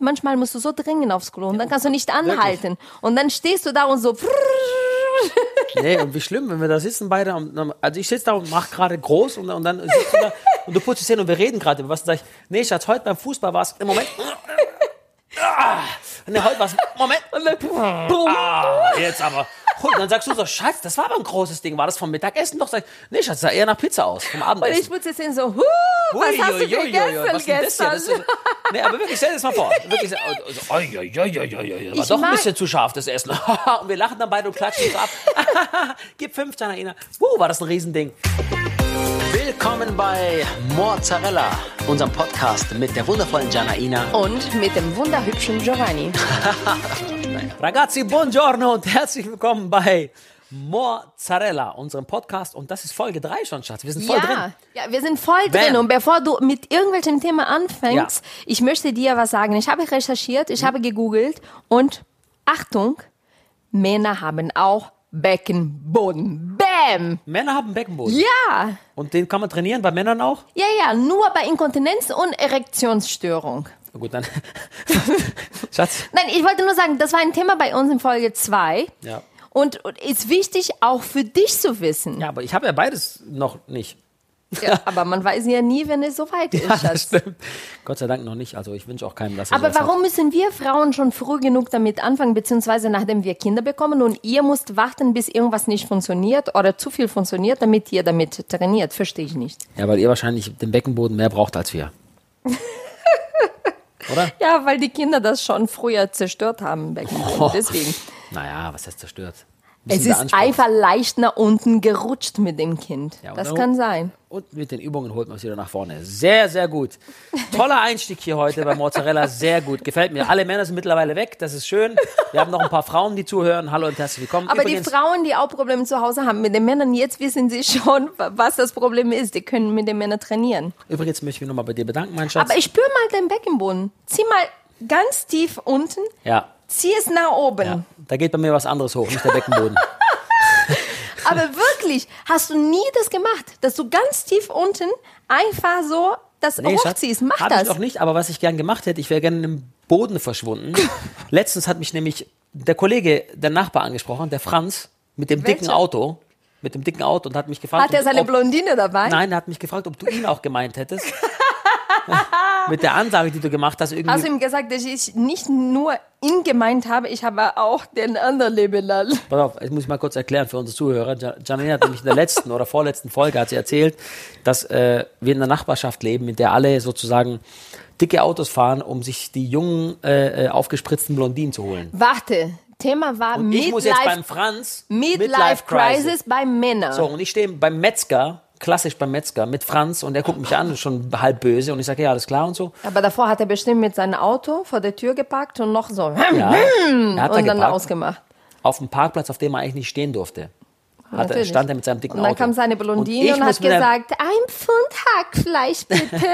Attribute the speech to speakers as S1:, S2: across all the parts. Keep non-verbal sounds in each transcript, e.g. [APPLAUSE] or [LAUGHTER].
S1: manchmal musst du so dringend aufs Klo und dann kannst du nicht anhalten. Und dann stehst du da und so. [LAUGHS] frrrr.
S2: [LAUGHS] Nee, und wie schlimm, wenn wir da sitzen beide. am- am- Also ich sitze da und mache gerade groß und, und dann sitzt du da und du putzt die Zähne und wir reden gerade über was. Dann sag ich, nee, Schatz, heute beim Fußball war es im Moment. [LAUGHS] Ah, nee, heute war es. Moment. Ah, jetzt aber. Und dann sagst du so, Schatz, das war aber ein großes Ding. War das vom Mittagessen? Doch, sag ich, nee, Schatz, sah eher nach Pizza aus, vom
S1: Und
S2: Abendessen.
S1: ich muss jetzt sehen, so, huh, was hast du
S2: Uiuiuiui,
S1: gegessen
S2: was ist denn das hier?
S1: gestern?
S2: Das ist, nee, aber wirklich, stell dir das mal vor. Wirklich, also, oi, oi, oi, oi, oi, oi, war
S1: Ich
S2: doch ein
S1: mag-
S2: bisschen zu scharf, das Essen. [LAUGHS] und wir lachen dann beide und klatschen uns ab. [LAUGHS] Gib fünf, Janaina. Wow, war das ein Riesending. Willkommen bei Mozzarella, unserem Podcast mit der wundervollen Janaina.
S1: und mit dem wunderhübschen Giovanni.
S2: Ragazzi, buongiorno und herzlich willkommen bei Mozzarella, unserem Podcast. Und das ist Folge 3 schon, Schatz. Wir sind voll
S1: ja,
S2: drin.
S1: ja, wir sind voll drin.
S2: Bam.
S1: Und bevor du mit irgendwelchem Thema anfängst,
S2: Ja. Mhm.
S1: ich möchte dir was sagen. Ich habe recherchiert, ich habe gegoogelt und Achtung, Männer haben auch Beckenboden. Bam!
S2: Männer haben Beckenboden.
S1: Ja!
S2: Und den kann man trainieren, bei Männern auch?
S1: Ja, ja, nur bei Inkontinenz und Erektionsstörung.
S2: Na Gut, dann. [LAUGHS] Schatz.
S1: Nein, ich wollte nur sagen, das war ein Thema bei uns in Folge 2.
S2: Ja.
S1: Und, und ist wichtig auch für dich zu wissen.
S2: Ja, aber ich habe ja beides noch nicht.
S1: Ja, aber man weiß ja nie, wenn es soweit ist. Schatz.
S2: stimmt. Gott sei Dank noch nicht. Also ich wünsche auch keinem, dass er
S1: Aber
S2: sowas
S1: warum müssen wir Frauen schon früh genug damit anfangen, beziehungsweise nachdem wir Kinder bekommen und ihr müsst warten, bis irgendwas nicht funktioniert oder zu viel funktioniert, damit ihr damit trainiert? Verstehe ich nicht.
S2: Hat. Ja, weil ihr wahrscheinlich den Beckenboden mehr braucht als
S1: [LAUGHS]
S2: wir. Oder?
S1: Ja, weil die Kinder das schon früher zerstört haben. Beckenboden.
S2: Oh.
S1: Deswegen.
S2: Naja, was heißt zerstört? Ein
S1: Es
S2: bisschen
S1: ist
S2: beansprucht.
S1: einfach leicht nach unten gerutscht mit dem Kind.
S2: Ja, und
S1: das
S2: dann-
S1: kann sein.
S2: Und mit den Übungen holt man es wieder nach vorne. Sehr, sehr gut. Toller Einstieg hier heute bei Mozzarella. Sehr gut. Gefällt mir. Alle Männer sind mittlerweile weg. Das ist schön. Wir haben noch ein paar Frauen, die zuhören. Hallo und herzlich willkommen.
S1: Aber
S2: Übrigens-
S1: die Frauen, die auch Probleme zu Hause haben mit den Männern, jetzt wissen sie schon, was das Problem ist. Die können mit den Männern trainieren.
S2: Übrigens möchte ich mich nochmal bei dir bedanken, mein Schatz.
S1: Aber ich spüre mal den Beckenboden. Zieh mal ganz tief unten,
S2: ja,
S1: zieh es nach oben.
S2: ja, da geht bei mir was anderes hoch, nicht der Beckenboden.
S1: [LAUGHS] Aber wirklich, hast du nie das gemacht, dass du ganz tief unten einfach so das
S2: Schatz,
S1: hochziehst? Mach
S2: hab
S1: das.
S2: ich noch nicht, aber was ich gern gemacht hätte, ich wäre gerne im
S1: [LAUGHS]
S2: Boden verschwunden. Letztens hat mich nämlich der Kollege, der Nachbar angesprochen, der Franz, mit dem dicken
S1: Welcher?
S2: Auto, mit dem dicken Auto und hat mich gefragt,
S1: Hat er
S2: ob-
S1: seine
S2: ob,
S1: Blondine dabei?
S2: Nein, er hat mich gefragt, ob du ihn auch gemeint hättest.
S1: [LAUGHS]
S2: mit der Ansage, die du gemacht hast, irgendwie.
S1: Hast du ihm gesagt, dass ich nicht nur ihn gemeint habe, ich habe auch den anderen Lebelan.
S2: Pass auf, jetzt muss ich mal kurz erklären für unsere Zuhörer. Ja- Janine hat nämlich in der letzten oder vorletzten Folge hat sie erzählt, dass äh, wir in einer Nachbarschaft leben, in der alle sozusagen dicke Autos fahren, um sich die jungen, äh, äh, aufgespritzten Blondinen zu holen.
S1: Warte, Thema war
S2: Und ich muss jetzt beim
S1: Midlife,
S2: Franz
S1: Midlife Crisis bei Männern.
S2: So, und ich stehe beim Metzger, klassisch beim Metzger, mit Franz und er guckt mich an, schon halb böse und ich sage, ja, alles klar und so.
S1: Aber davor hat er bestimmt mit seinem Auto vor der Tür geparkt und noch so. [LAUGHS]
S2: Ja, er hat da
S1: Hm, und dann
S2: geparkt,
S1: ausgemacht.
S2: auf dem Parkplatz, auf dem er eigentlich nicht stehen durfte. Hat er,
S1: Natürlich.
S2: stand er mit seinem dicken
S1: Und dann
S2: Auto.
S1: kam seine
S2: ich
S1: Blondine und,
S2: muss
S1: hat
S2: mit einem-
S1: gesagt, ein Pfund
S2: [LAUGHS]
S1: Hackfleisch bitte.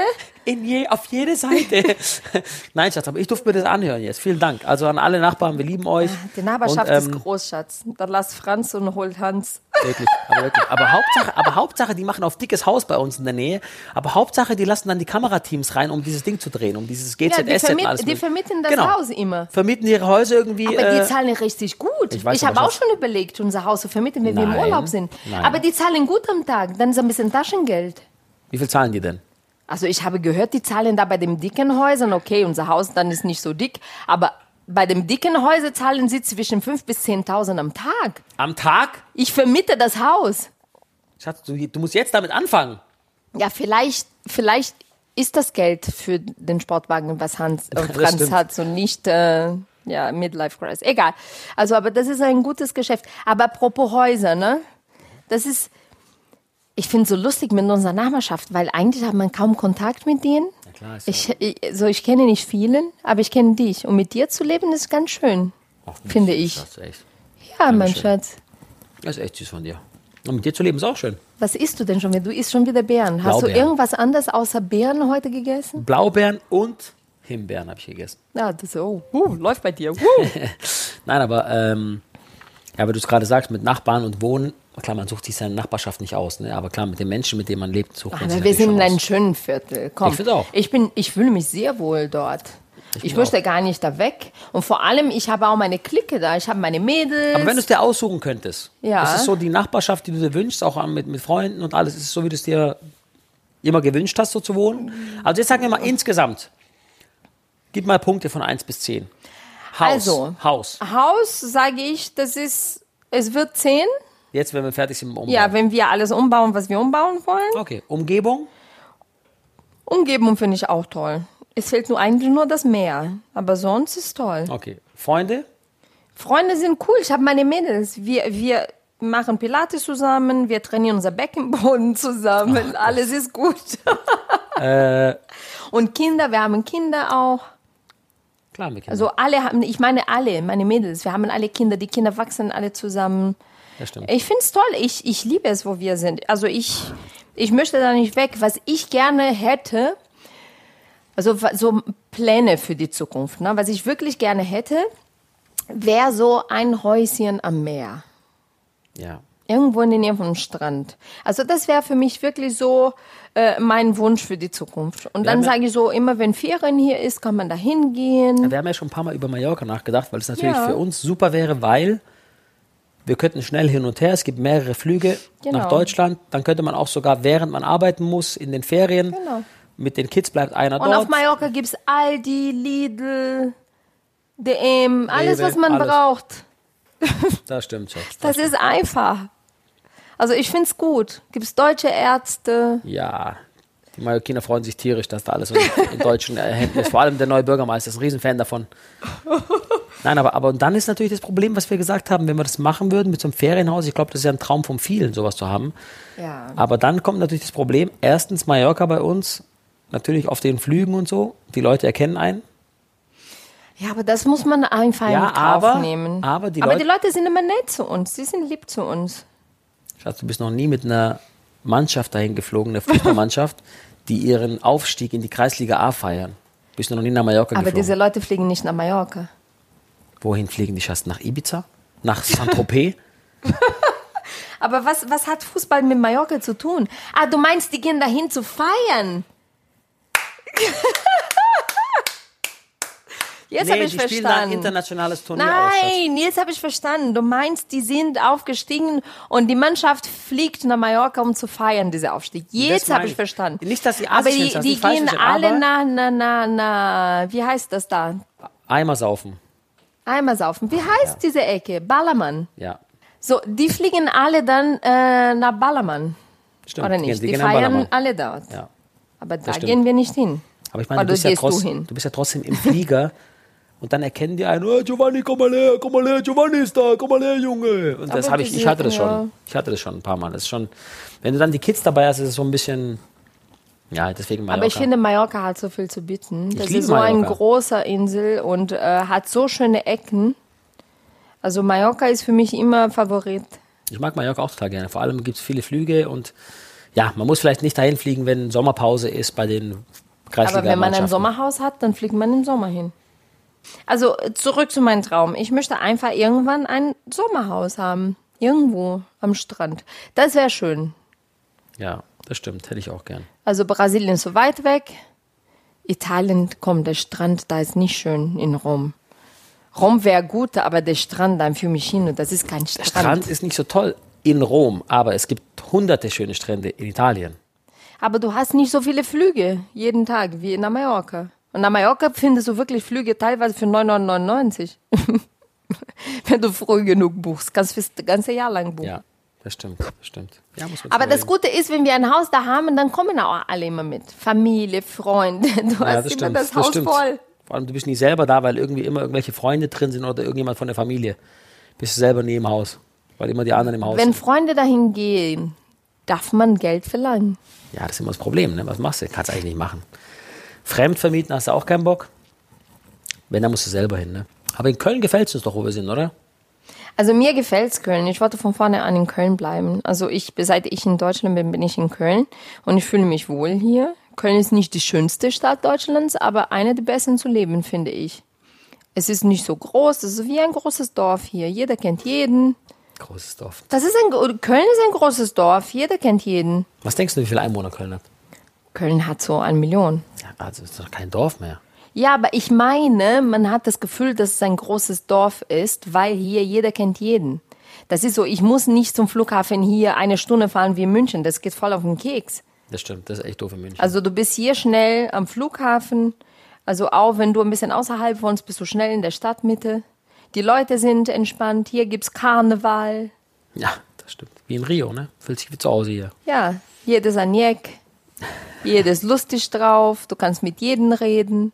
S2: In je, auf jede Seite. [LAUGHS] Nein, Schatz, aber ich durfte mir das anhören jetzt. Vielen Dank. Also an alle Nachbarn, wir lieben euch.
S1: Die Nachbarschaft
S2: Und, ähm,
S1: ist groß, Schatz. Dann lass Franz und holt Hans.
S2: Wirklich, aber, wirklich. aber Hauptsache, aber Hauptsache, die machen auf dickes Haus bei uns in der Nähe. Aber Hauptsache, die lassen dann die Kamerateams rein, um dieses Ding zu drehen, um dieses GZS
S1: Ja, die,
S2: und
S1: vermiet-
S2: alles.
S1: die
S2: mögliche.
S1: vermieten das
S2: Genau.
S1: Haus immer.
S2: Vermieten ihre Häuser irgendwie.
S1: Aber die
S2: äh,
S1: zahlen richtig gut.
S2: ich
S1: Ich,
S2: weiß
S1: habe
S2: aber,
S1: auch
S2: Schatz-
S1: schon überlegt, unser Haus zu vermieten, wenn wir
S2: Nein,
S1: im Urlaub sind.
S2: nein.
S1: Aber die zahlen gut am Tag. Dann ist ein bisschen Taschengeld.
S2: wie viel zahlen die denn?
S1: Also ich habe gehört, die zahlen da bei den dicken Häusern, okay, unser Haus dann ist nicht so dick, aber bei den dicken Häusern zahlen sie zwischen 5.000 bis 10.000 am Tag.
S2: Am Tag?
S1: Ich vermiete das Haus.
S2: Schatz, du, du musst jetzt damit anfangen.
S1: Ja, vielleicht, vielleicht ist das Geld für den Sportwagen, was Hans, äh,
S2: Das
S1: Franz
S2: stimmt.
S1: hat und nicht äh, ja, Midlife Crisis. Egal. Also, aber das ist ein gutes Geschäft. Aber apropos Häuser, ne? Das ist, ich finde so lustig mit unserer Nachbarschaft, weil eigentlich hat man kaum Kontakt mit denen.
S2: Na klar, ist ja-
S1: Ich, ich, so, ich kenne nicht vielen, aber ich kenne dich. Und mit dir zu leben ist ganz schön. Finde ich.
S2: Das ist echt,
S1: Ja, mein
S2: Dankeschön.
S1: Schatz.
S2: das ist echt süß von dir. Und mit dir zu leben ist auch schön.
S1: Was isst du denn schon wieder? Du isst schon wieder Beeren. Hast du
S2: Blaubeeren.
S1: irgendwas anderes außer Beeren heute gegessen?
S2: Blaubeeren und Himbeeren habe ich gegessen.
S1: Ja, das, oh, uh, läuft bei dir. Uh.
S2: Nein, aber, ähm, ja, weil du es gerade sagst, mit Nachbarn und Wohnen, klar, man sucht sich seine Nachbarschaft nicht aus, ne? aber klar, mit den Menschen, mit denen man lebt, sucht man sich
S1: Aber wir
S2: natürlich
S1: sind in
S2: schon
S1: einem
S2: aus.
S1: schönen Viertel. Komm,
S2: Ich find auch.
S1: Ich, bin, ich fühle mich sehr wohl dort. Ich, möchte gar nicht da weg. Und vor allem, ich habe auch meine Clique da. Ich habe meine Mädels.
S2: Aber wenn du es dir aussuchen könntest,
S1: Ja.
S2: das ist so die Nachbarschaft, die du dir wünschst, auch mit, mit Freunden und alles, ist es so, wie du es dir immer gewünscht hast, so zu wohnen. Also jetzt sagen wir mal insgesamt, gib mal Punkte von 1 bis 10. Haus,
S1: Also.
S2: Haus.
S1: Haus, sage ich, das ist, es wird 10.
S2: Jetzt, wenn wir fertig sind mit dem Umbau.
S1: Ja, wenn wir alles umbauen, was wir umbauen wollen.
S2: Okay, Umgebung,
S1: Umgebung finde ich auch toll. Es fehlt nur eigentlich nur das Meer. Aber sonst ist toll.
S2: okay. Freunde,
S1: Freunde sind cool. Ich habe meine Mädels. Wir, wir machen Pilates zusammen, wir trainieren unser Beckenboden [LAUGHS] zusammen. Alles ist gut. Äh. Und Kinder, wir haben Kinder auch.
S2: klar, Michael.
S1: Also alle haben, ich meine alle, meine Mädels, wir haben alle Kinder, die Kinder wachsen alle zusammen.
S2: das stimmt.
S1: Ich finde es toll, ich, ich liebe es, wo wir sind. Also ich, ich möchte da nicht weg. Was ich gerne hätte, also wa- so Pläne für die Zukunft, ne? was ich wirklich gerne hätte, wäre so ein Häuschen am Meer.
S2: Ja.
S1: Irgendwo in der Nähe vom Strand. Also das wäre für mich wirklich so äh, mein Wunsch für die Zukunft. Und dann
S2: haben ja-
S1: sage ich so, immer wenn Ferien hier ist, kann man da hingehen.
S2: Wir haben ja schon ein paar Mal über Mallorca nachgedacht, weil es natürlich
S1: Ja.
S2: für uns super wäre, weil wir könnten schnell hin und her, es gibt mehrere Flüge
S1: Genau.
S2: nach Deutschland, dann könnte man auch sogar, während man arbeiten muss, in den Ferien,
S1: Genau.
S2: mit den Kids bleibt einer
S1: Und auf
S2: dort.
S1: Mallorca gibt es Aldi, Lidl, DM, alles,
S2: Rewe,
S1: was man
S2: alles.
S1: braucht.
S2: Das stimmt, Schatz.
S1: Das ist einfach. Also ich finde es gut. Gibt es deutsche Ärzte?
S2: Ja, die Mallorquiner freuen sich tierisch, dass da alles in in deutschen äh, Händen ist. Vor allem der neue Bürgermeister ist ein Riesenfan davon. Nein, aber, aber und dann ist natürlich das Problem, was wir gesagt haben, wenn wir das machen würden mit so einem Ferienhaus, ich glaube, das ist ja ein Traum von vielen, sowas zu haben.
S1: Ja.
S2: Aber dann kommt natürlich das Problem, erstens Mallorca bei uns, natürlich auf den Flügen und so, die Leute erkennen einen.
S1: Ja, aber das muss man einfach
S2: Ja,
S1: in Kauf
S2: aber-
S1: nehmen.
S2: aber die
S1: aber
S2: Leut-
S1: die Leute sind immer nett zu uns. Sie sind lieb zu uns.
S2: Schatz, du bist noch nie mit einer Mannschaft dahin geflogen,
S1: [LAUGHS]
S2: einer Fußballmannschaft, die ihren Aufstieg in die Kreisliga A feiern. Bist du noch nie nach Mallorca
S1: Aber diese
S2: geflogen?
S1: Leute fliegen nicht nach Mallorca.
S2: Wohin fliegen die Schatz? Nach Ibiza?
S1: [LAUGHS]
S2: Nach Saint-Tropez?
S1: Aber was, was hat Fußball mit Mallorca zu tun? Ah, du meinst, die gehen dahin zu feiern? [LAUGHS] Jetzt habe ich
S2: die spielen da ein
S1: verstanden.
S2: internationales Turnier aus. Schatz.
S1: Nein, jetzt habe ich verstanden. Du meinst, die sind aufgestiegen und die Mannschaft fliegt nach Mallorca, um zu feiern, diese Aufstieg. Jetzt
S2: meine
S1: habe ich
S2: ich.
S1: verstanden.
S2: Nicht, dass die
S1: Aber
S2: Assis
S1: die,
S2: sind, das
S1: die
S2: ist falsch,
S1: gehen
S2: das ist
S1: alle
S2: aber-
S1: na, na, na, na, wie heißt das da?
S2: Eimer saufen.
S1: Eimer saufen. Wie heißt diese Ecke? Ballermann.
S2: Ja,
S1: So, die fliegen alle dann äh, nach Ballermann,
S2: stimmt.
S1: oder
S2: Die
S1: nicht?
S2: gehen-
S1: Die,
S2: die gehen am
S1: feiern
S2: Ballermann.
S1: alle dort.
S2: Ja.
S1: Aber da
S2: stimmt.
S1: gehen wir nicht hin.
S2: Aber ich meine,
S1: Oder
S2: du bist, ja
S1: Ah, gehst du
S2: trotzdem,
S1: hin?
S2: du, bist ja trotzdem im
S1: [LAUGHS]
S2: Flieger und dann erkennen die einen, hey, Giovanni, komm mal her, komm mal her, Giovanni ist da, komm mal her, Junge. Und das
S1: Aber
S2: habe
S1: die
S2: ich, ich hatte das
S1: sind, ja.
S2: schon. Ich hatte das schon ein paar Mal. Das ist schon, wenn du dann die Kids dabei hast, ist es so ein bisschen, ja, deswegen Mallorca.
S1: Aber ich finde, Mallorca hat so viel zu bieten. Das
S2: liebe
S1: ist so eine
S2: Mallorca.
S1: große Insel und äh, hat so schöne Ecken. Also Mallorca ist für mich immer Favorit.
S2: Ich mag Mallorca auch total gerne. Vor allem gibt es viele Flüge und ja, man muss vielleicht nicht dahin fliegen, wenn Sommerpause ist bei den Kreisliga
S1: Aber wenn man ein Sommerhaus hat, dann fliegt man im Sommer hin. Also äh, zurück zu meinem Traum. Ich möchte einfach irgendwann ein Sommerhaus haben. Irgendwo am Strand. Das wäre schön.
S2: Ja, das stimmt. Hätte ich auch gern.
S1: Also Brasilien ist so weit weg. Italien, komm, der Strand da ist nicht schön in Rom. Rom wäre gut, aber der Strand dann für mich hin und das ist kein Strand.
S2: Strand ist nicht so toll in Rom, aber es gibt hunderte schöne Strände in Italien.
S1: Aber du hast nicht so viele Flüge jeden Tag wie in Mallorca. Und nach Mallorca findest du wirklich Flüge teilweise für 9,99. [LAUGHS] Wenn du früh genug buchst, kannst du das ganze Jahr lang buchen.
S2: Ja, das stimmt, das stimmt. Hm. Ja, muss man
S1: Aber das
S2: überlegen.
S1: Gute ist, wenn wir ein Haus da haben, dann kommen auch alle immer mit. Familie, Freunde. [LAUGHS] Du
S2: ja,
S1: hast
S2: das
S1: immer
S2: stimmt,
S1: das, Haus
S2: stimmt.
S1: voll.
S2: Vor allem, du bist nie selber da, weil irgendwie immer irgendwelche Freunde drin sind oder irgendjemand von der Familie. Bist du selber nie im Haus, weil immer die anderen im Haus
S1: Wenn
S2: sind.
S1: Freunde dahin gehen, darf man Geld verlangen.
S2: Ja, das ist immer das Problem. Ne? Was machst du? Kannst eigentlich nicht machen. Fremd vermieten hast du auch keinen Bock. Wenn, dann musst du selber hin. Ne? Aber in Köln gefällt es uns doch, wo wir sind, oder?
S1: Also mir gefällt's Köln. Ich wollte von vorne an in Köln bleiben. Also ich, seit ich in Deutschland bin, bin ich in Köln und ich fühle mich wohl hier. Köln ist nicht die schönste Stadt Deutschlands, aber eine der besten zu leben, finde ich. Es ist nicht so groß, es ist wie ein großes Dorf hier. Jeder kennt jeden.
S2: Großes Dorf.
S1: Das ist ein, gro- Köln ist ein großes Dorf, jeder kennt jeden.
S2: Was denkst du, wie viele Einwohner Köln hat?
S1: Köln hat so eine Million.
S2: Ja, also ist doch kein Dorf mehr.
S1: Ja, aber ich meine, man hat das Gefühl, dass es ein großes Dorf ist, weil hier jeder kennt jeden. Das ist so, ich muss nicht zum Flughafen hier eine Stunde fahren wie in München. Das geht voll auf den Keks.
S2: Das stimmt, das ist echt doof in München.
S1: Also du bist hier schnell am Flughafen. Also auch wenn du ein bisschen außerhalb wohnst, bist du schnell in der Stadtmitte. Die Leute sind entspannt. Hier gibt's Karneval.
S2: ja, das stimmt. Wie in Rio, ne? Fühlt sich wie zu Hause hier.
S1: Ja, jedes Anjek. Jedes lustig drauf. Du kannst mit jedem reden.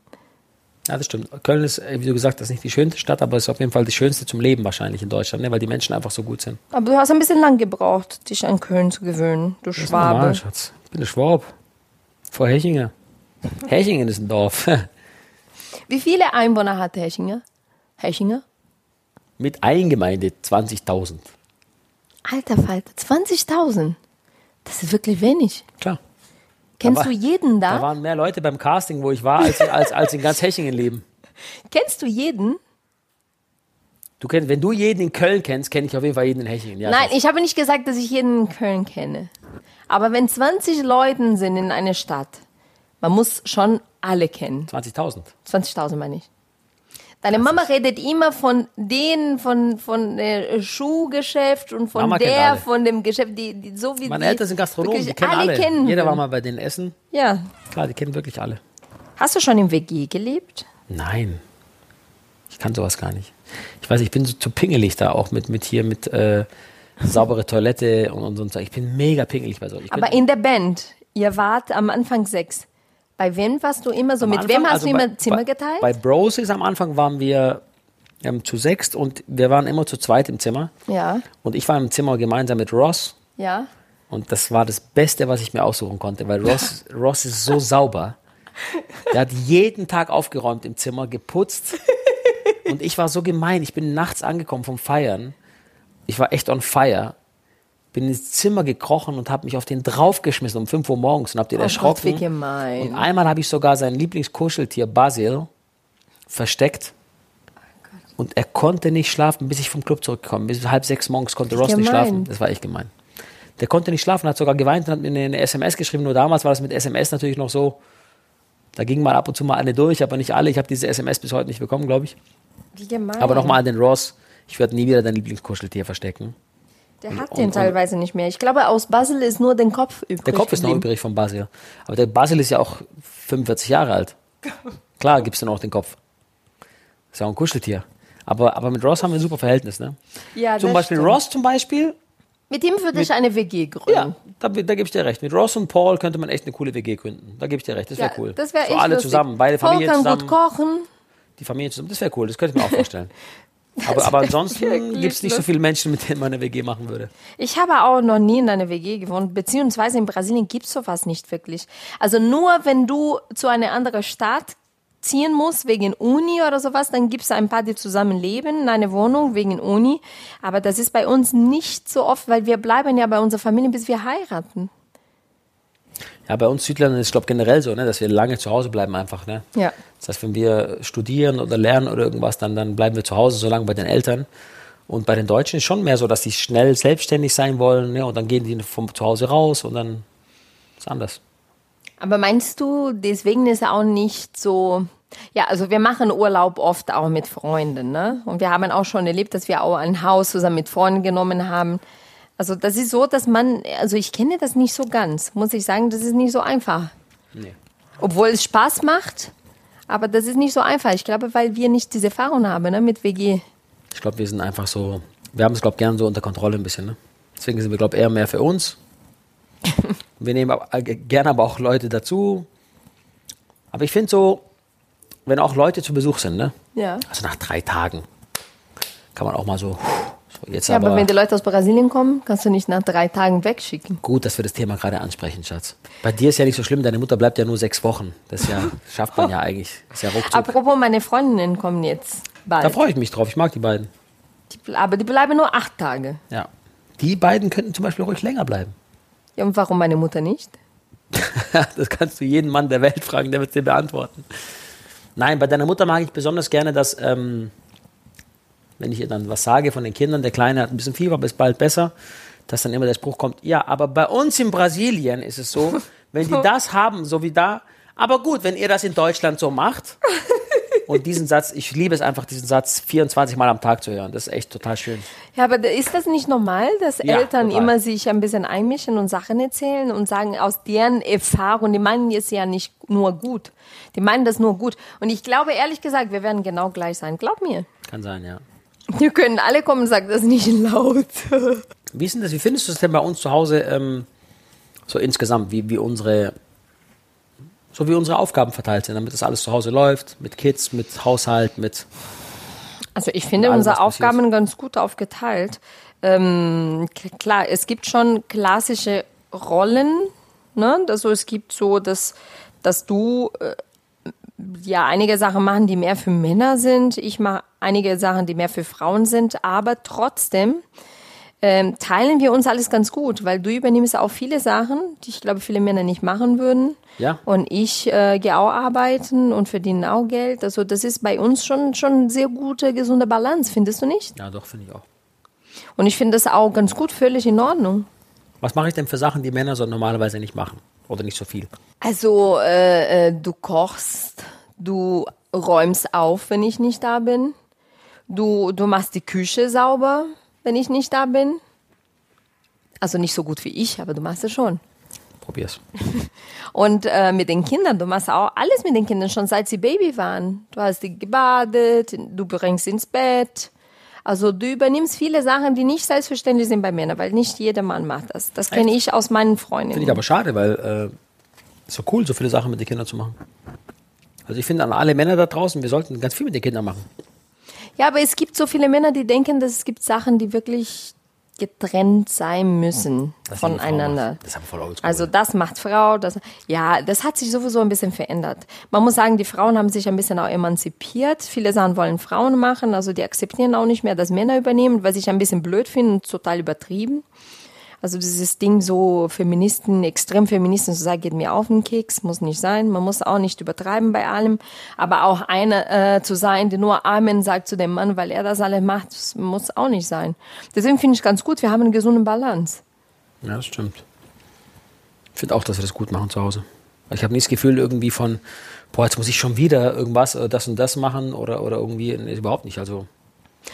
S2: Ja, das stimmt. Köln ist, äh, wie du gesagt hast, nicht die schönste Stadt, aber ist auf jeden Fall die schönste zum Leben wahrscheinlich in Deutschland, ne? weil die Menschen einfach so gut sind.
S1: Aber du hast ein bisschen lang gebraucht, dich an Köln zu gewöhnen, du
S2: Das ist
S1: Schwabe.
S2: normal, Schatz. Ich bin ein Schwab. Vor Hechingen. Hechingen ist ein Dorf. [LAUGHS]
S1: Wie viele Einwohner hat Hechingen? Hechingen?
S2: Mit eingemeindet 20.000.
S1: Alter Falter, 20.000. Das ist wirklich wenig.
S2: Klar.
S1: Kennst
S2: war-
S1: du jeden da?
S2: Da waren mehr Leute beim Casting, wo ich war, als, als, als in ganz Hechingen leben.
S1: Kennst du jeden?
S2: Du kennst, wenn du jeden in Köln kennst, kenne ich auf jeden Fall jeden in Hechingen. Ja,
S1: Nein,
S2: Schatz.
S1: ich habe nicht gesagt, dass ich jeden in Köln kenne. Aber wenn 20 Leuten sind in einer Stadt, man muss schon alle kennen.
S2: 20.000.
S1: 20.000 meine ich. Deine Mama redet immer von denen, von, von der Schuhgeschäft und von
S2: Mama kennt
S1: der,
S2: alle.
S1: von dem Geschäft, die, die so wie
S2: Meine
S1: die
S2: Eltern sind Gastronomen, die
S1: wirklich
S2: kennen alle.
S1: kennen
S2: Jeder war
S1: würden.
S2: mal bei denen essen.
S1: Ja.
S2: Klar, die kennen wirklich alle.
S1: Hast du schon im WG gelebt?
S2: Nein. Ich kann sowas gar nicht. Ich weiß, ich bin so zu pingelig da auch mit, mit hier, mit äh, saubere Toilette und, und so. ein Zeug. Ich bin mega pingelig bei so. Ich bin-
S1: Aber in der Band, ihr wart am Anfang sechs. Bei wem warst du immer so?
S2: am
S1: Mit
S2: Anfang,
S1: wem hast
S2: also
S1: du immer
S2: bei,
S1: Zimmer
S2: bei,
S1: geteilt?
S2: Bei Broses am Anfang waren wir ähm, zu sechst und wir waren immer zu zweit im Zimmer.
S1: ja,
S2: Und ich war im Zimmer gemeinsam mit Ross.
S1: ja.
S2: Und das war das Beste, was ich mir aussuchen konnte, weil
S1: [LAUGHS]
S2: Ross, Ross ist so sauber. Der hat jeden Tag aufgeräumt im Zimmer, geputzt. Und ich war so gemein. Ich bin nachts angekommen vom Feiern. Ich war echt on fire. Bin ins Zimmer gekrochen und habe mich auf den draufgeschmissen um 5 Uhr morgens und habe den
S1: Oh Gott, wie
S2: erschrocken.
S1: gemein.
S2: und einmal habe ich sogar sein Lieblingskuscheltier Basil versteckt. Und er konnte nicht schlafen, bis ich vom Club zurückgekommen bin. Bis halb sechs morgens konnte Ross nicht
S1: gemein.
S2: schlafen. Das war echt gemein. Der konnte nicht schlafen, hat sogar geweint und hat mir eine, eine SMS geschrieben. Nur damals war das mit SMS natürlich noch so. Da ging mal ab und zu mal eine durch, aber nicht alle. Ich habe diese SMS bis heute nicht bekommen, glaube ich.
S1: Wie gemein.
S2: Aber nochmal an den Ross. Ich werde nie wieder dein Lieblingskuscheltier verstecken.
S1: Der hat
S2: und-
S1: den
S2: und-
S1: teilweise nicht mehr. Ich glaube, aus Basel ist nur den Kopf übrig.
S2: Der Kopf ist noch
S1: geblieben.
S2: übrig von Basil. Aber der Basil ist ja auch 45 Jahre alt. Klar gibst du noch den Kopf. Ist ja auch ein Kuscheltier. Aber, aber mit Ross haben wir ein super Verhältnis, ne?
S1: Ja,
S2: zum
S1: das
S2: Beispiel
S1: stimmt.
S2: Ross zum Beispiel.
S1: Mit ihm würde ich eine WG gründen.
S2: Ja, da, da gebe ich dir recht. Mit Ross und Paul könnte man echt eine coole WG gründen. Da gebe ich dir recht. Das wäre
S1: Ja,
S2: cool.
S1: Das wäre
S2: so
S1: echt
S2: alle
S1: lustig.
S2: zusammen, beide
S1: Paul
S2: Familien
S1: kann
S2: zusammen,
S1: gut kochen.
S2: die Familien zusammen. Das wäre cool. Das
S1: [LAUGHS]
S2: könnte ich mir auch vorstellen. aber, aber ansonsten
S1: wirklich
S2: gibt es nicht so
S1: lustig.
S2: viele Menschen, mit denen man eine WG machen würde.
S1: Ich habe auch noch nie in einer WG gewohnt, beziehungsweise in Brasilien gibt es sowas nicht wirklich. Also nur wenn du zu einer anderen Stadt ziehen musst, wegen Uni oder sowas, dann gibt es ein paar, die zusammenleben in einer Wohnung wegen Uni. Aber das ist bei uns nicht so oft, weil wir bleiben ja bei unserer Familie, bis wir heiraten.
S2: Ja, bei uns Südländern ist es, glaube generell so, ne, dass wir lange zu Hause bleiben einfach. Ne?
S1: Ja.
S2: Das heißt, wenn wir studieren oder lernen oder irgendwas, dann, dann bleiben wir zu Hause so lange bei den Eltern. Und bei den Deutschen ist schon mehr so, dass die schnell selbstständig sein wollen ne? und dann gehen die vom Zuhause raus und dann ist anders.
S1: Aber meinst du, deswegen ist auch nicht so. Ja, also wir machen Urlaub oft auch mit Freunden, ne? Und wir haben auch schon erlebt, dass wir auch ein Haus zusammen mit Freunden genommen haben. Also das ist so, dass man, also ich kenne das nicht so ganz, muss ich sagen, das ist nicht so einfach.
S2: Nee.
S1: Obwohl es Spaß macht, aber das ist nicht so einfach. Ich glaube, weil wir nicht diese Erfahrung haben, ne, mit WG.
S2: Ich glaube, wir sind einfach so, wir haben es, glaube ich, gern so unter Kontrolle ein bisschen. Ne? Deswegen sind wir, glaube ich, eher mehr
S1: [LAUGHS]
S2: für uns. wir nehmen aber, äh, gerne aber auch Leute dazu. Aber ich finde so, wenn auch Leute zu Besuch sind, ne?
S1: Ja.
S2: Also nach drei Tagen kann man auch mal so, so jetzt
S1: Ja, aber,
S2: aber,
S1: wenn die Leute aus Brasilien kommen, kannst du nicht nach drei Tagen wegschicken.
S2: gut, dass wir das Thema gerade ansprechen, Schatz. Bei dir ist ja nicht so schlimm, deine Mutter bleibt ja nur sechs Wochen. Das ist
S1: [LAUGHS]
S2: ja, schafft man ja eigentlich. Ist ja ruckzuck.
S1: Apropos, meine Freundinnen kommen jetzt
S2: Da
S1: bald.
S2: freue ich mich drauf, ich mag die beiden.
S1: Die- Aber die bleiben nur acht Tage.
S2: Ja. Die beiden könnten zum Beispiel ruhig länger bleiben.
S1: Ja, und warum meine Mutter nicht?
S2: [LAUGHS] das kannst du jeden Mann der Welt fragen, der wird dir beantworten. Nein, bei deiner Mutter mag ich besonders gerne, dass, ähm, wenn ich ihr dann was sage von den Kindern, der Kleine hat ein bisschen Fieber, aber ist bald besser, dass dann immer der Spruch kommt, ja, aber bei uns in Brasilien ist es so, wenn die das haben, so wie da, Aber gut, wenn ihr das in Deutschland so macht. Und diesen Satz, ich liebe es einfach, diesen Satz 24 Mal am Tag zu hören. Das ist echt total schön.
S1: Ja, aber ist das nicht normal, dass
S2: Ja,
S1: Eltern
S2: total.
S1: immer sich ein bisschen einmischen und Sachen erzählen und sagen, aus deren Erfahrung, die meinen es ja nicht nur gut. Die meinen das nur gut. Und ich glaube, ehrlich gesagt, wir werden genau gleich sein. Glaub mir.
S2: Kann sein, ja.
S1: Wir können alle kommen und sagen, das ist nicht
S2: [LAUGHS]
S1: laut.
S2: Wie ist denn das? Wie findest du es denn bei uns zu Hause ähm, so insgesamt, wie, wie unsere so wie unsere Aufgaben verteilt sind, damit das alles zu Hause läuft, mit Kids, mit Haushalt, mit
S1: Also ich finde
S2: Egal, was
S1: unsere
S2: passiert.
S1: Aufgaben ganz gut aufgeteilt. Ähm, k- klar, es gibt schon klassische Rollen. Ne? Also es gibt so, dass, dass du äh, ja einige Sachen machen, die mehr für Männer sind. Ich mache einige Sachen, die mehr für Frauen sind. Aber trotzdem ähm, teilen wir uns alles ganz gut, weil du übernimmst auch viele Sachen, die ich glaube viele Männer nicht machen würden.
S2: Ja.
S1: Und ich äh, gehe auch arbeiten und verdiene auch Geld. Also das ist bei uns schon schon sehr gute gesunde Balance, findest du nicht?
S2: ja, doch finde ich auch.
S1: Und ich finde das auch ganz gut, völlig in Ordnung.
S2: Was mache ich denn für Sachen, die Männer so normalerweise nicht machen oder nicht so viel?
S1: Also äh, äh, du kochst, du räumst auf, wenn ich nicht da bin. Du du machst die Küche sauber, wenn ich nicht da bin. Also nicht so gut wie ich, aber du machst es schon.
S2: Probier's.
S1: Und äh, mit den Kindern, du machst auch alles mit den Kindern, schon seit sie Baby waren. Du hast die gebadet, du bringst ins Bett. Also du übernimmst viele Sachen, die nicht selbstverständlich sind bei Männern, weil nicht jeder Mann macht das. Das kenne ich aus meinen Freundinnen.
S2: Finde ich aber schade, weil äh, ist so cool, so viele Sachen mit den Kindern zu machen. Also ich finde an alle Männer da draußen, wir sollten ganz viel mit den Kindern machen.
S1: Ja, aber es gibt so viele Männer, die denken, dass es gibt Sachen, die wirklich getrennt sein müssen
S2: Das haben die Frauen
S1: voneinander.
S2: gemacht. Das haben voll oldschool.
S1: Also das macht Frau, das ja, das hat sich sowieso ein bisschen verändert. Man muss sagen, die Frauen haben sich ein bisschen auch emanzipiert. Viele Sachen wollen Frauen machen, also die akzeptieren auch nicht mehr, dass Männer übernehmen, was ich ein bisschen blöd finde und total übertrieben. Also dieses Ding so Feministen, extrem Feministen zu sagen, geht mir auf den Keks, muss nicht sein. Man muss auch nicht übertreiben bei allem. Aber auch eine äh, zu sein, die nur Amen sagt zu dem Mann, weil er das alle macht, das muss auch nicht sein. Deswegen finde ich ganz gut, wir haben einen gesunden Balance.
S2: Ja, das stimmt. Ich finde auch, dass wir das gut machen zu Hause. Ich habe nicht das Gefühl irgendwie von, boah, jetzt muss ich schon wieder irgendwas, äh, das und das machen oder, oder irgendwie, nee, überhaupt nicht. Also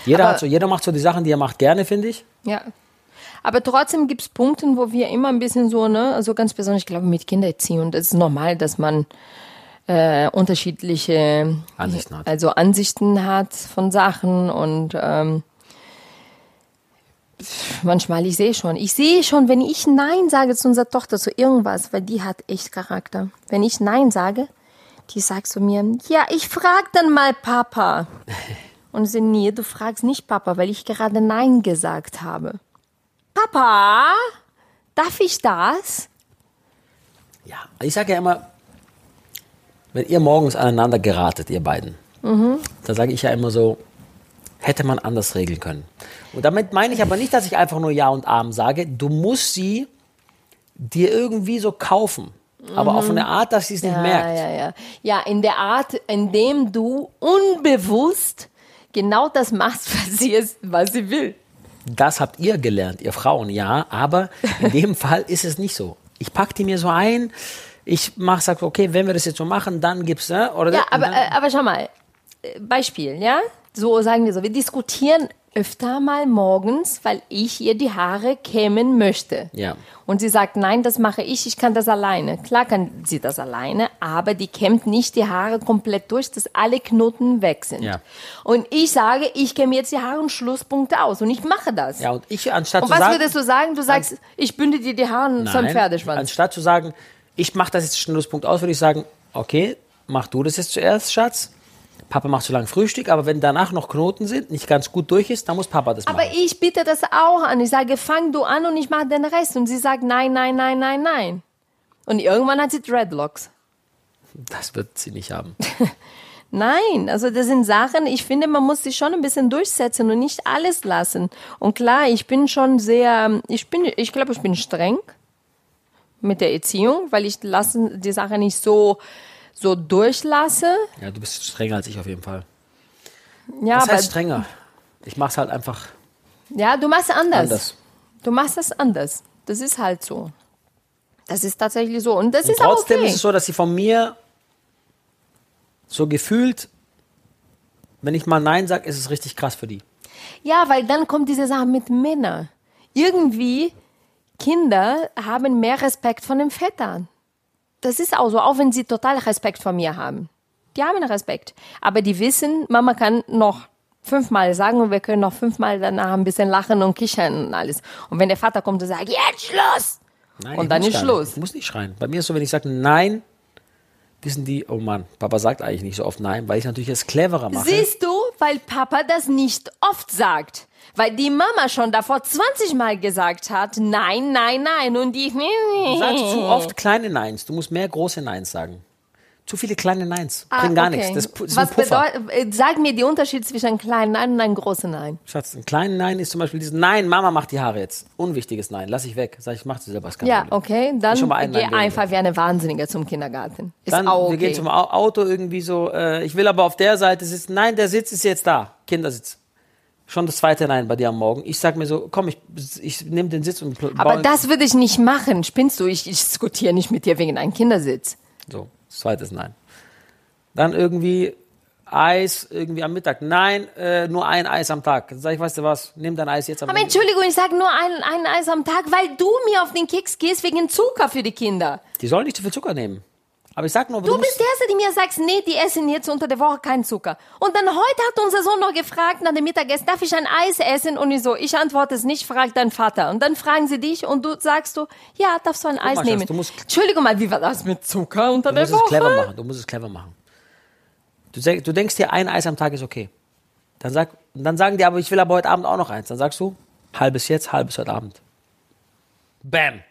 S2: jeder,
S1: Aber-
S2: hat so, jeder macht so die Sachen, die er macht, gerne, finde ich.
S1: Ja. Aber trotzdem gibt's Punkte, wo wir immer ein bisschen so, ne, also ganz besonders, ich glaube, mit Kindererziehung, das ist normal, dass man äh, unterschiedliche
S2: Ansichten hat.
S1: Also Ansichten hat von Sachen und ähm, pf, manchmal, ich sehe schon, ich sehe schon, wenn ich Nein sage zu unserer Tochter zu irgendwas, weil die hat echt Charakter. Wenn ich Nein sage, die sagt zu mir, ja, ich frag dann mal Papa. Und sie, nee, du fragst nicht Papa, weil ich gerade Nein gesagt habe. Papa, darf ich das?
S2: Ja. Ich sage ja immer, wenn ihr morgens aneinander geratet, ihr beiden,
S1: Mhm.
S2: dann sage ich ja immer so, hätte man anders regeln können. Und damit meine ich aber nicht, dass ich einfach nur Ja und Abend sage. Du musst sie dir irgendwie so kaufen. Aber auf eine Art, dass sie es nicht
S1: Mhm. Ja,
S2: merkt.
S1: ja, ja. Ja, in der Art, in dem du unbewusst genau das machst, [LAUGHS] was sie, ist, was sie will.
S2: Das habt ihr gelernt, ihr Frauen, ja, aber
S1: [LAUGHS]
S2: in dem Fall ist es nicht so. Ich pack die mir so ein, ich mach, sag, okay, wenn wir das jetzt so machen, dann gibt's, ne? Oder
S1: Ja,
S2: und
S1: aber,
S2: dann,
S1: äh, aber schau mal, äh, Beispiel, ja? So sagen wir so, wir diskutieren öfter mal morgens, weil ich ihr die Haare kämmen möchte.
S2: Ja.
S1: Und sie sagt, nein, das mache ich, ich kann das alleine. Klar kann sie das alleine, aber die kämmt nicht die Haare komplett durch, dass alle Knoten weg sind.
S2: Ja.
S1: Und ich sage, ich kämme jetzt die Haare und Schlusspunkte aus und ich mache das.
S2: ja, und ich, anstatt
S1: Und
S2: zu
S1: was
S2: sagen,
S1: würdest du sagen? Du sagst, ich bünde dir die Haare und so ein
S2: Nein,
S1: Pferdeschwanz.
S2: Anstatt zu sagen, ich mache das jetzt Schlusspunkt aus, würde ich sagen, okay, mach du das jetzt zuerst, Schatz. Papa macht so lange Frühstück, aber wenn danach noch Knoten sind, nicht ganz gut durch ist, dann muss Papa das
S1: Aber
S2: machen.
S1: ich biete das auch an. Ich sage, fang du an und ich mache den Rest. Und sie sagt, nein, nein, nein, nein, nein. Und irgendwann hat sie Dreadlocks.
S2: Das wird sie nicht haben.
S1: Nein, also das sind Sachen, ich finde, man muss sich schon ein bisschen durchsetzen und nicht alles lassen. Und klar, ich bin schon sehr, ich bin, ich glaube, ich bin streng mit der Erziehung, weil ich lassen, die Sache nicht so, so durchlasse.
S2: Ja, du bist strenger als ich auf jeden Fall.
S1: Ja,
S2: Was
S1: aber,
S2: heißt strenger? Ich mach's halt einfach
S1: ja, du machst
S2: anders.
S1: Du machst das anders. Das ist halt so. Das ist tatsächlich so. Und das ist auch
S2: Trotzdem
S1: okay.
S2: ist es so, dass sie von mir so gefühlt, wenn ich mal Nein sage, ist es richtig krass für die.
S1: Ja, weil dann kommt diese Sache mit Männern. Irgendwie, Kinder haben mehr Respekt von den Vätern. Das ist auch so, auch wenn sie total Respekt vor mir haben. Die haben Respekt. Aber die wissen, Mama kann noch fünfmal sagen und wir können noch fünfmal danach ein bisschen lachen und kichern und alles. Und wenn der Vater kommt und sagt, jetzt Schluss!
S2: Nein,
S1: Und
S2: ich
S1: dann
S2: muss
S1: ist
S2: gar
S1: Schluss.
S2: Nicht. Ich muss nicht schreien. Bei mir ist so, wenn ich sage Nein, wissen die, oh Mann, Papa sagt eigentlich nicht so oft Nein, weil ich natürlich es cleverer mache.
S1: Siehst du, weil Papa das nicht oft sagt. Weil die Mama schon davor 20 Mal gesagt hat, nein, nein, nein. Und die, [LAUGHS]
S2: Du sagst zu oft kleine Neins. Du musst mehr große Neins sagen. Zu viele kleine Neins. Bringen gar nichts. Das pu- ist
S1: Ah, Was
S2: ein Puffer.
S1: bedeutet, äh, sag mir den Unterschied zwischen einem kleinen Nein und einem großen Nein.
S2: Schatz, ein kleines Nein ist zum Beispiel dieses Nein, Mama macht die Haare jetzt. Unwichtiges Nein. Lass ich weg. Sag ich, mach sie selber. Ist kein
S1: Ja,
S2: Problem.
S1: okay, dann
S2: Schon mal einen
S1: geh
S2: Nein weniger.
S1: einfach wie eine Wahnsinnige zum Kindergarten. Ist
S2: Dann,
S1: auch okay.
S2: wir gehen zum Au- Auto irgendwie so, äh, ich will aber auf der Seite sitzen. Nein, der Sitz ist jetzt da. Kindersitz. Schon das zweite Nein bei dir am Morgen. Ich sag mir so, komm, ich, ich nehme den Sitz und pl-
S1: Aber
S2: baue-
S1: das würde ich nicht machen. Spinnst du? Ich, ich diskutiere nicht mit dir wegen einem Kindersitz.
S2: So, zweites Nein. Dann irgendwie Eis irgendwie am Mittag. Nein, äh, nur ein Eis am Tag. Dann sag ich, weißt du was, nimm dein Eis jetzt am
S1: Aber Entschuldigung, ich sage nur ein, ein Eis am Tag, weil du mir auf den Keks gehst wegen Zucker für die Kinder.
S2: Die sollen nicht zu viel Zucker nehmen. Aber ich sag nur, du,
S1: Du
S2: musst,
S1: bist der Erste, der mir sagt, nee, die essen jetzt unter der Woche keinen Zucker. Und dann heute hat unser Sohn noch gefragt nach dem Mittagessen, darf ich ein Eis essen? Und ich so, ich antworte es nicht, frag deinen Vater. Und dann fragen sie dich und du sagst du, ja, darfst du ein Eis
S2: mal, Schatz,
S1: nehmen?
S2: du musst-
S1: Entschuldigung mal, wie war das mit Zucker unter
S2: du
S1: der
S2: musst es
S1: Woche?
S2: clever machen. Du musst es clever machen. Du, sag- du denkst dir, ein Eis am Tag ist okay. Dann, sag, und dann sagen die, aber ich will aber heute Abend auch noch eins. Dann sagst du, halbes jetzt, halbes heute Abend. Bam.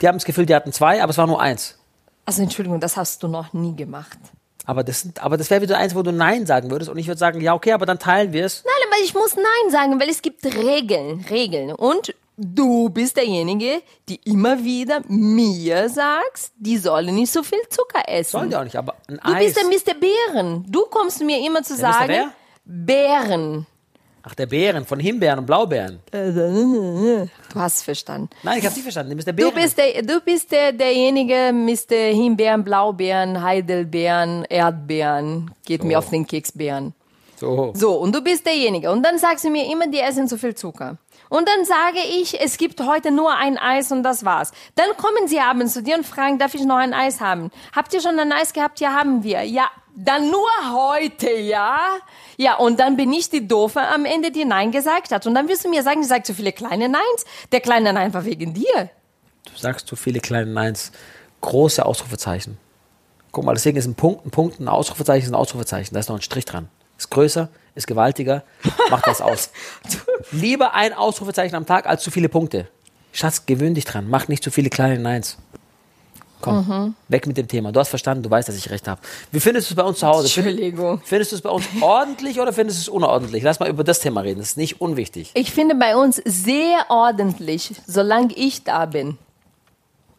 S2: Die haben das Gefühl, die hatten zwei, aber es war nur eins.
S1: Also Entschuldigung, das hast du noch nie gemacht.
S2: Aber das, sind- aber das wäre wieder eins, wo du Nein sagen würdest. Und ich würde sagen, ja, okay, aber dann teilen wir es.
S1: Nein, aber ich muss Nein sagen, weil es gibt Regeln, Regeln. Und du bist derjenige, die immer wieder mir sagst, die sollen nicht so viel Zucker essen.
S2: Sollen die auch nicht, aber ein
S1: Du
S2: Eis.
S1: bist der Mr. Bären. Du kommst mir immer zu
S2: Der Mr.
S1: sagen, Bären.
S2: Ach, der Bären, von Himbeeren und Blaubeeren.
S1: Du hast verstanden.
S2: Nein, ich hab's nicht verstanden. Du bist der
S1: Du
S2: Bären.
S1: bist, der, du bist der, derjenige, Mr. Himbeeren, Blaubeeren, Heidelbeeren, Erdbeeren, geht mir auf den Keksbeeren.
S2: so.
S1: So, und du bist derjenige. Und dann sagst du mir immer, die essen zu viel Zucker. Und dann sage ich, es gibt heute nur ein Eis und das war's. Dann kommen sie abends zu dir und fragen, darf ich noch ein Eis haben? Habt ihr schon ein Eis gehabt? Ja, haben wir. Ja, dann nur heute, ja? Ja, und dann bin ich die Doofe am Ende, die Nein gesagt hat. Und dann wirst du mir sagen, ich sage zu viele kleine Neins. Der kleine Nein war wegen dir.
S2: Du sagst zu viele kleine Neins. Große Ausrufezeichen. Guck mal, deswegen ist ein Punkt, ein Punkt, ein Ausrufezeichen ist ein Ausrufezeichen. Da ist noch ein Strich dran. Ist größer, ist gewaltiger, macht das aus. Lieber ein Ausrufezeichen am Tag als zu viele Punkte. Schatz, gewöhn dich dran. Mach nicht zu viele kleine Neins. Komm, weg mit dem Thema. Du hast verstanden, du weißt, dass ich recht habe. Wie findest du es bei uns zu Hause? Find-
S1: Entschuldigung.
S2: Findest du es bei uns ordentlich oder findest du es unordentlich? Lass mal über das Thema reden. Das ist nicht unwichtig.
S1: Ich finde bei uns sehr ordentlich, solange ich da bin.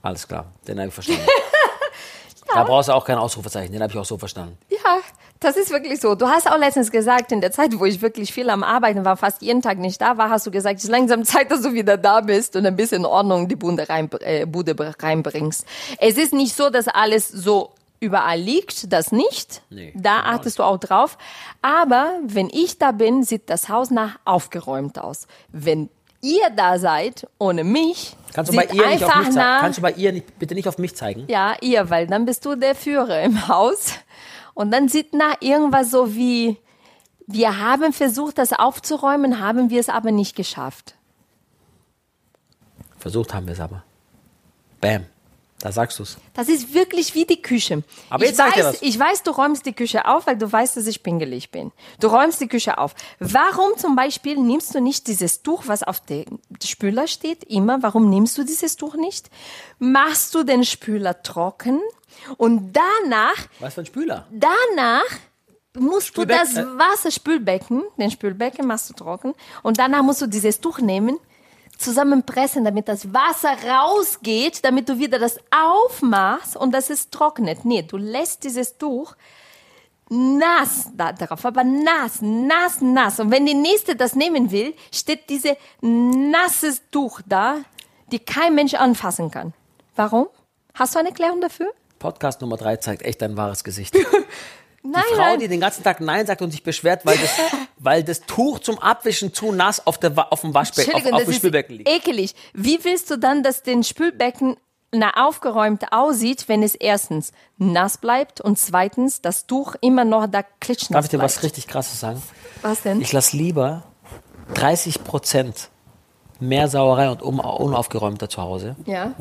S2: Alles klar, den habe
S1: [LAUGHS]
S2: ich verstanden.
S1: Genau.
S2: Da brauchst du auch kein Ausrufezeichen, den habe ich auch so verstanden.
S1: Ja, das ist wirklich so. Du hast auch letztens gesagt, in der Zeit, wo ich wirklich viel am Arbeiten war, fast jeden Tag nicht da war, hast du gesagt, es ist langsam Zeit, dass du wieder da bist und ein bisschen Ordnung in die Bude, rein, äh, Bude reinbringst. Es ist nicht so, dass alles so überall liegt, das nicht.
S2: Nee,
S1: da
S2: genau
S1: achtest du auch drauf. Aber wenn ich da bin, sieht das Haus nach aufgeräumt aus. Wenn ihr da seid, ohne mich,
S2: Kannst du, bei
S1: sieht
S2: ihr nicht auf
S1: einfach
S2: mich zeigen?
S1: nach
S2: Kannst du bei ihr nicht, bitte nicht auf mich zeigen?
S1: ja, ihr, weil dann bist du der Führer im Haus. Und dann sieht nach irgendwas so wie, wir haben versucht, das aufzuräumen, haben wir es aber nicht geschafft.
S2: Versucht haben wir es aber. Bam, da sagst du es.
S1: Das ist wirklich wie die Küche.
S2: Aber
S1: ich,
S2: jetzt sag ich dir
S1: weiß,
S2: was.
S1: ich weiß, du räumst die Küche auf, weil du weißt, dass ich pingelig bin. Du räumst die Küche auf. Warum zum Beispiel nimmst du nicht dieses Tuch, was auf dem Spüler steht, immer? Warum nimmst du dieses Tuch nicht? Machst du den Spüler trocken und danach
S2: Was für ein Spüler?
S1: danach musst du
S2: Spülbeck-
S1: das
S2: äh.
S1: Wasser, Spülbecken, den Spülbecken machst du trocken und danach musst du dieses Tuch nehmen, zusammenpressen, damit das Wasser rausgeht, damit du wieder das aufmachst und das ist trocknet. Nee, du lässt dieses Tuch nass da drauf, aber nass, nass, nass. Und wenn die nächste das nehmen will, steht diese nasses Tuch da, die kein Mensch anfassen kann. Warum? Hast du eine Erklärung dafür?
S2: Podcast Nummer drei zeigt echt dein
S1: [LAUGHS]
S2: wahres Gesicht.
S1: Nein,
S2: Frau,
S1: nein.
S2: die den ganzen Tag Nein sagt und sich beschwert,
S1: [LAUGHS]
S2: weil das, weil das Tuch zum Abwischen zu nass auf, der, Wa- auf dem Waschbecken, auf,
S1: Entschuldigung,
S2: auf dem
S1: das
S2: Spülbecken
S1: ist
S2: liegt.
S1: ekelig. Wie willst du dann, dass den Spülbecken na aufgeräumt aussieht, wenn es erstens nass bleibt und zweitens das Tuch immer noch da klitschnass
S2: Darf ich dir
S1: bleibt?
S2: was richtig Krasses sagen?
S1: was denn?
S2: Ich lasse lieber 30 Prozent mehr Sauerei und un- unaufgeräumter zu Hause
S1: ja.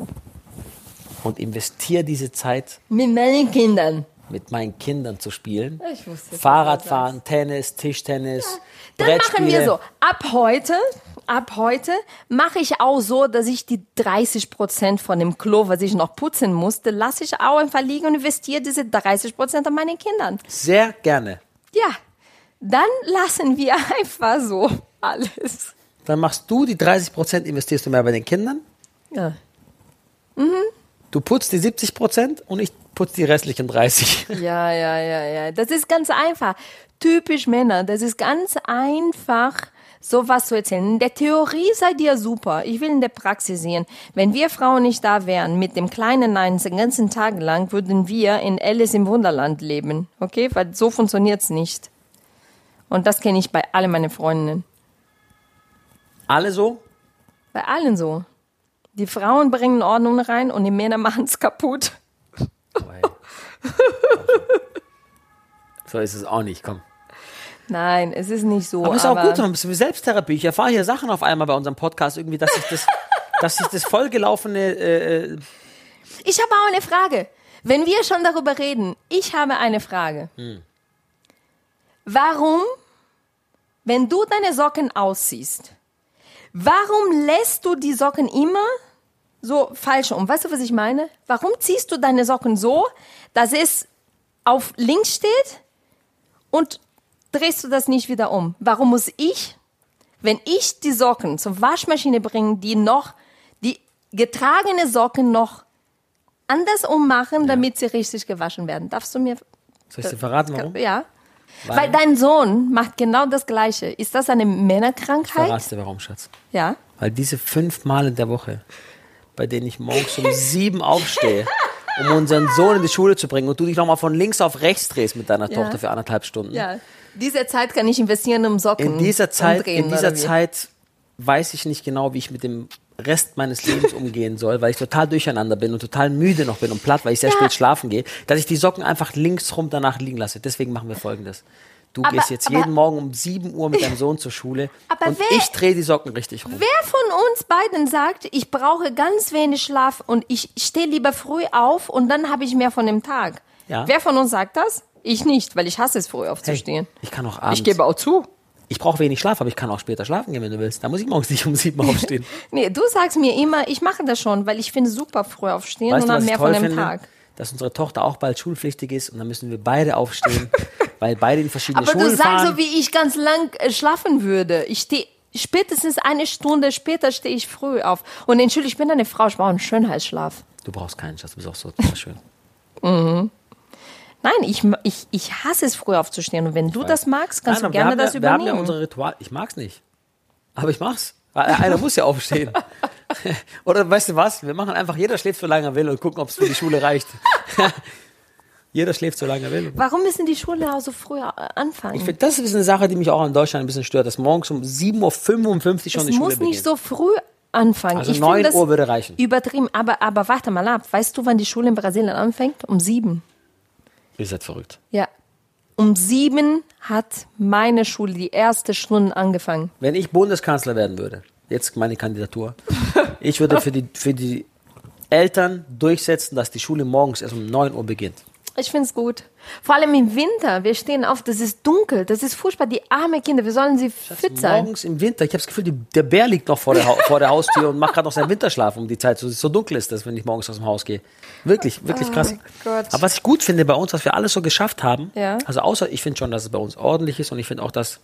S2: und investiere diese Zeit
S1: Mit meinen Kindern.
S2: mit meinen Kindern zu spielen.
S1: Ich wusste es.
S2: Fahrradfahren, Tennis, Tischtennis,
S1: Dann machen wir so. Ab heute, ab heute mache ich auch so, dass ich die 30 Prozent von dem Klo, was ich noch putzen musste, lasse ich auch einfach liegen und investiere diese 30 Prozent an meine Kindern.
S2: Sehr gerne.
S1: Ja, dann lassen wir [LAUGHS] einfach so alles.
S2: Dann machst du die 30 Prozent, investierst du mehr bei den Kindern.
S1: Ja.
S2: Du putzt die 70 Prozent und ich putze die restlichen 30.
S1: [LAUGHS] Ja, ja, ja, ja. Das ist ganz einfach. Typisch Männer. Das ist ganz einfach, sowas zu erzählen. In der Theorie seid ihr super. Ich will in der Praxis sehen. Wenn wir Frauen nicht da wären, mit dem kleinen Nein den ganzen Tag lang, würden wir in Alice im Wunderland leben. Okay? Weil so funktioniert's nicht. Und das kenne ich bei allen meinen Freundinnen.
S2: Alle so?
S1: Bei allen so. Die Frauen bringen Ordnung rein und die Männer [LAUGHS] machen's kaputt.
S2: So ist es auch nicht, komm.
S1: Oh, Nein, es ist nicht so.
S2: Aber ist auch gut, so ein bisschen Selbsttherapie. Ich erfahre hier Sachen auf einmal bei unserem Podcast irgendwie, dass ich
S1: [LAUGHS]
S2: das, dass ich das vollgelaufene, äh, äh,
S1: Ich habe auch eine Frage. Wenn wir schon darüber reden, ich habe eine Frage. Warum, wenn du deine Socken ausziehst, warum lässt du die Socken immer so falsch um? Weißt du, was ich meine? Warum ziehst du deine Socken so, dass es auf links steht und drehst du das nicht wieder um? Warum muss ich wenn ich die Socken zur Waschmaschine bringe, die noch, die getragene Socken noch anders ummachen, damit sie richtig gewaschen werden. Darfst du mir,
S2: soll ich dir verraten, warum?
S1: ja? Weil dein Sohn macht genau das Gleiche. Ist das eine Männerkrankheit?
S2: Verratst du warum, Schatz?
S1: Ja.
S2: Weil diese fünf Mal in der Woche, bei denen ich morgens um sieben aufstehe, um unseren Sohn in die Schule zu bringen und du dich nochmal von links auf rechts drehst mit deiner Tochter für anderthalb Stunden.
S1: Ja. Diese Zeit kann ich investieren, um Socken
S2: In dieser Zeit,
S1: umdrehen,
S2: in dieser
S1: oder wie?
S2: Zeit weiß ich nicht genau, wie ich mit dem Rest meines Lebens umgehen soll, weil ich total durcheinander bin und total müde noch bin und platt, weil ich sehr
S1: Ja.
S2: spät schlafen gehe, dass ich die Socken einfach links rum danach liegen lasse. Deswegen machen wir folgendes. Du
S1: Aber-
S2: gehst jetzt
S1: aber-
S2: jeden Morgen um 7 Uhr mit deinem Sohn zur Schule
S1: Aber
S2: und
S1: wer-
S2: ich drehe die Socken richtig rum.
S1: Wer von uns beiden sagt, ich brauche ganz wenig Schlaf und ich stehe lieber früh auf und dann habe ich mehr von dem Tag?
S2: Ja.
S1: Wer von uns sagt das? Ich nicht, weil ich hasse es, früh aufzustehen.
S2: Hey, ich kann auch abends.
S1: Ich gebe auch zu.
S2: Ich brauche wenig Schlaf, aber ich kann auch später schlafen gehen, wenn du willst. Da muss ich morgens nicht um sieben
S1: [LAUGHS]
S2: aufstehen.
S1: Nee, du sagst mir immer, ich mache das schon, weil ich finde super früh aufstehen
S2: Weißt
S1: und
S2: du, was
S1: dann
S2: ich
S1: mehr
S2: toll
S1: von dem
S2: finde?
S1: Tag.
S2: Dass unsere Tochter auch bald schulpflichtig ist und dann müssen wir beide
S1: [LAUGHS]
S2: aufstehen, weil beide in verschiedene
S1: Aber
S2: Schulen
S1: du sagst
S2: fahren.
S1: so, wie ich ganz lang äh, schlafen würde. Ich stehe spätestens eine Stunde später stehe ich früh auf. Und entschuldige, ich bin eine Frau, ich brauche einen Schönheitsschlaf.
S2: du brauchst keinen Schatz, du bist auch so total schön.
S1: Nein, ich, ma- ich, ich hasse es, früh aufzustehen. Und wenn du [LAUGHS] das magst, kannst
S2: Nein,
S1: du
S2: wir
S1: gerne
S2: haben ja-
S1: das
S2: Wir haben ja
S1: übernehmen.
S2: unsere Ritual. Ich mag's nicht. Aber ich mach's. Einer muss ja
S1: [LAUGHS]
S2: aufstehen. [LAUGHS] Oder weißt du was? Wir machen einfach, jeder schläft so lange er will und gucken, ob es für die Schule reicht. [LAUGHS] jeder schläft so lange er will.
S1: Warum müssen die Schule auch so früh äh, anfangen?
S2: Ich find, das ist eine Sache, die mich auch in Deutschland ein bisschen stört, dass morgens um 7.55 Uhr schon
S1: es
S2: die Schule
S1: muss
S2: beginnt.
S1: nicht so früh anfangen.
S2: Also
S1: ich
S2: 9
S1: finde das
S2: Uhr würde reichen.
S1: Übertrieben, aber, aber warte mal ab. Weißt du, wann die Schule in Brasilien anfängt? Um sieben.
S2: Ihr seid verrückt.
S1: Ja. Um sieben hat meine Schule die erste Stunde angefangen.
S2: Wenn ich Bundeskanzler werden würde, jetzt meine Kandidatur, ich würde für die, für die Eltern durchsetzen, dass die Schule morgens erst um 9 Uhr beginnt.
S1: Ich finde es gut. Vor allem im Winter. Wir stehen auf, das ist dunkel, das ist furchtbar. Die armen Kinder, wir sollen sie fit sein.
S2: Morgens im Winter. Ich habe das Gefühl, die, der Bär liegt noch vor der, Hau- vor der Haustür und macht gerade noch seinen Winterschlaf um die Zeit. So, so dunkel ist das, wenn ich morgens aus dem Haus gehe. Wirklich, wirklich krass.
S1: Oh Gott.
S2: Aber was ich gut finde bei uns, was wir alles so geschafft haben,
S1: Ja.
S2: also außer ich finde schon, dass es bei uns ordentlich ist und ich finde auch, dass,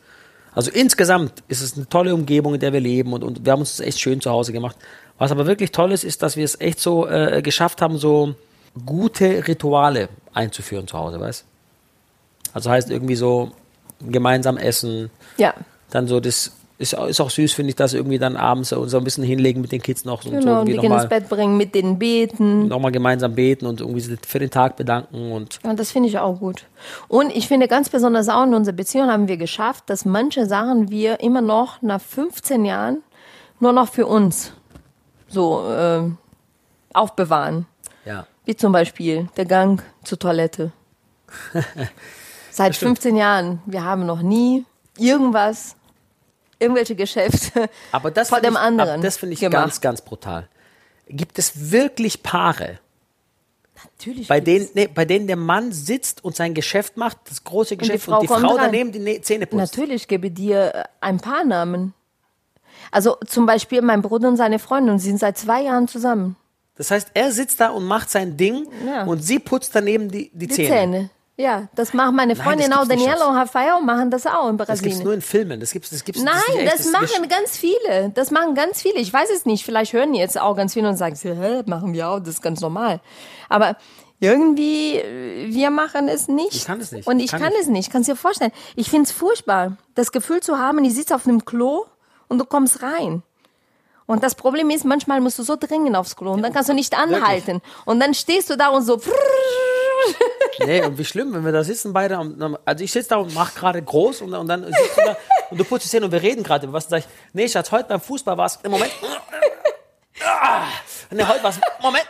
S2: also insgesamt ist es eine tolle Umgebung, in der wir leben und, und wir haben uns das echt schön zu Hause gemacht. Was aber wirklich toll ist, ist, dass wir es echt so äh, geschafft haben, so gute Rituale einzuführen zu Hause, weißt Also heißt irgendwie so gemeinsam essen,
S1: Ja.
S2: dann so das Ist, auch- ist auch süß, finde ich, dass irgendwie dann abends so, so ein bisschen hinlegen mit den Kids noch so, und so
S1: Genau, und
S2: irgendwie
S1: die gehen ins
S2: nochmal
S1: Bett bringen, mit denen beten.
S2: noch mal gemeinsam beten und irgendwie sie für den Tag bedanken und
S1: Ja, das finde ich auch gut. Und ich finde ganz besonders auch in unserer Beziehung haben wir geschafft, dass manche Sachen wir immer noch nach 15 Jahren nur noch für uns so ähm, aufbewahren.
S2: ja.
S1: Wie zum Beispiel der Gang zur
S2: [LAUGHS]
S1: Toilette. Seit 15 Jahren. Wir haben noch nie irgendwas, irgendwelche Geschäfte [LAUGHS]
S2: Aber das
S1: vor
S2: finde
S1: dem
S2: ich,
S1: anderen.
S2: aber das finde ich
S1: gemacht.
S2: ganz, ganz brutal. Gibt es wirklich Paare,
S1: Natürlich
S2: bei
S1: gibt's-
S2: denen, nee, bei denen der Mann sitzt und sein Geschäft macht, das große Geschäft,
S1: Frau
S2: und die Frau,
S1: kommt rein.
S2: daneben die Nä- Zähne putzt?
S1: Natürlich gebe dir äh, ein paar Namen. Also zum Beispiel mein Bruder und seine Freundin sind seit zwei Jahren zusammen.
S2: Das heißt, er sitzt da und macht sein Ding
S1: Ja.
S2: und sie putzt daneben die, die,
S1: Die
S2: Zähne.
S1: Zähne. Ja, das machen meine
S2: das
S1: Freundin
S2: gibt's
S1: auch.
S2: nicht,
S1: Daniela
S2: Schatz.
S1: und Rafael machen das auch in
S2: Das gibt es
S1: Brasilien.
S2: nur in Filmen. Das gibt's, das gibt's,
S1: Nein,
S2: das, ist nicht echt,
S1: das,
S2: ist gesch-
S1: machen ganz viele. Das machen ganz viele. Ich weiß es nicht. Vielleicht hören jetzt auch ganz viele und sagen, so, hä, machen wir auch, das ist ganz normal. Aber irgendwie, äh, wir machen es nicht.
S2: Ich kann es nicht.
S1: Und
S2: Ich
S1: ich kann,
S2: kann nicht.
S1: es nicht. Kannst dir vorstellen. Ich finde es furchtbar, das Gefühl zu haben, ich sitze auf einem Klo und du kommst rein. Und das Problem ist, manchmal musst du so dringend aufs Klo und dann kannst du nicht anhalten. Und dann stehst du da und so.
S2: Nee, und wie schlimm, wenn wir da sitzen beide. Und, und- also ich sitze da und mache gerade groß und, und dann sitzt du da und du putzt die Zähne und wir reden gerade über was. Sag ich, nee, Schatz, heute beim Fußball war es im Moment. Ah, nee, heute war es. Moment.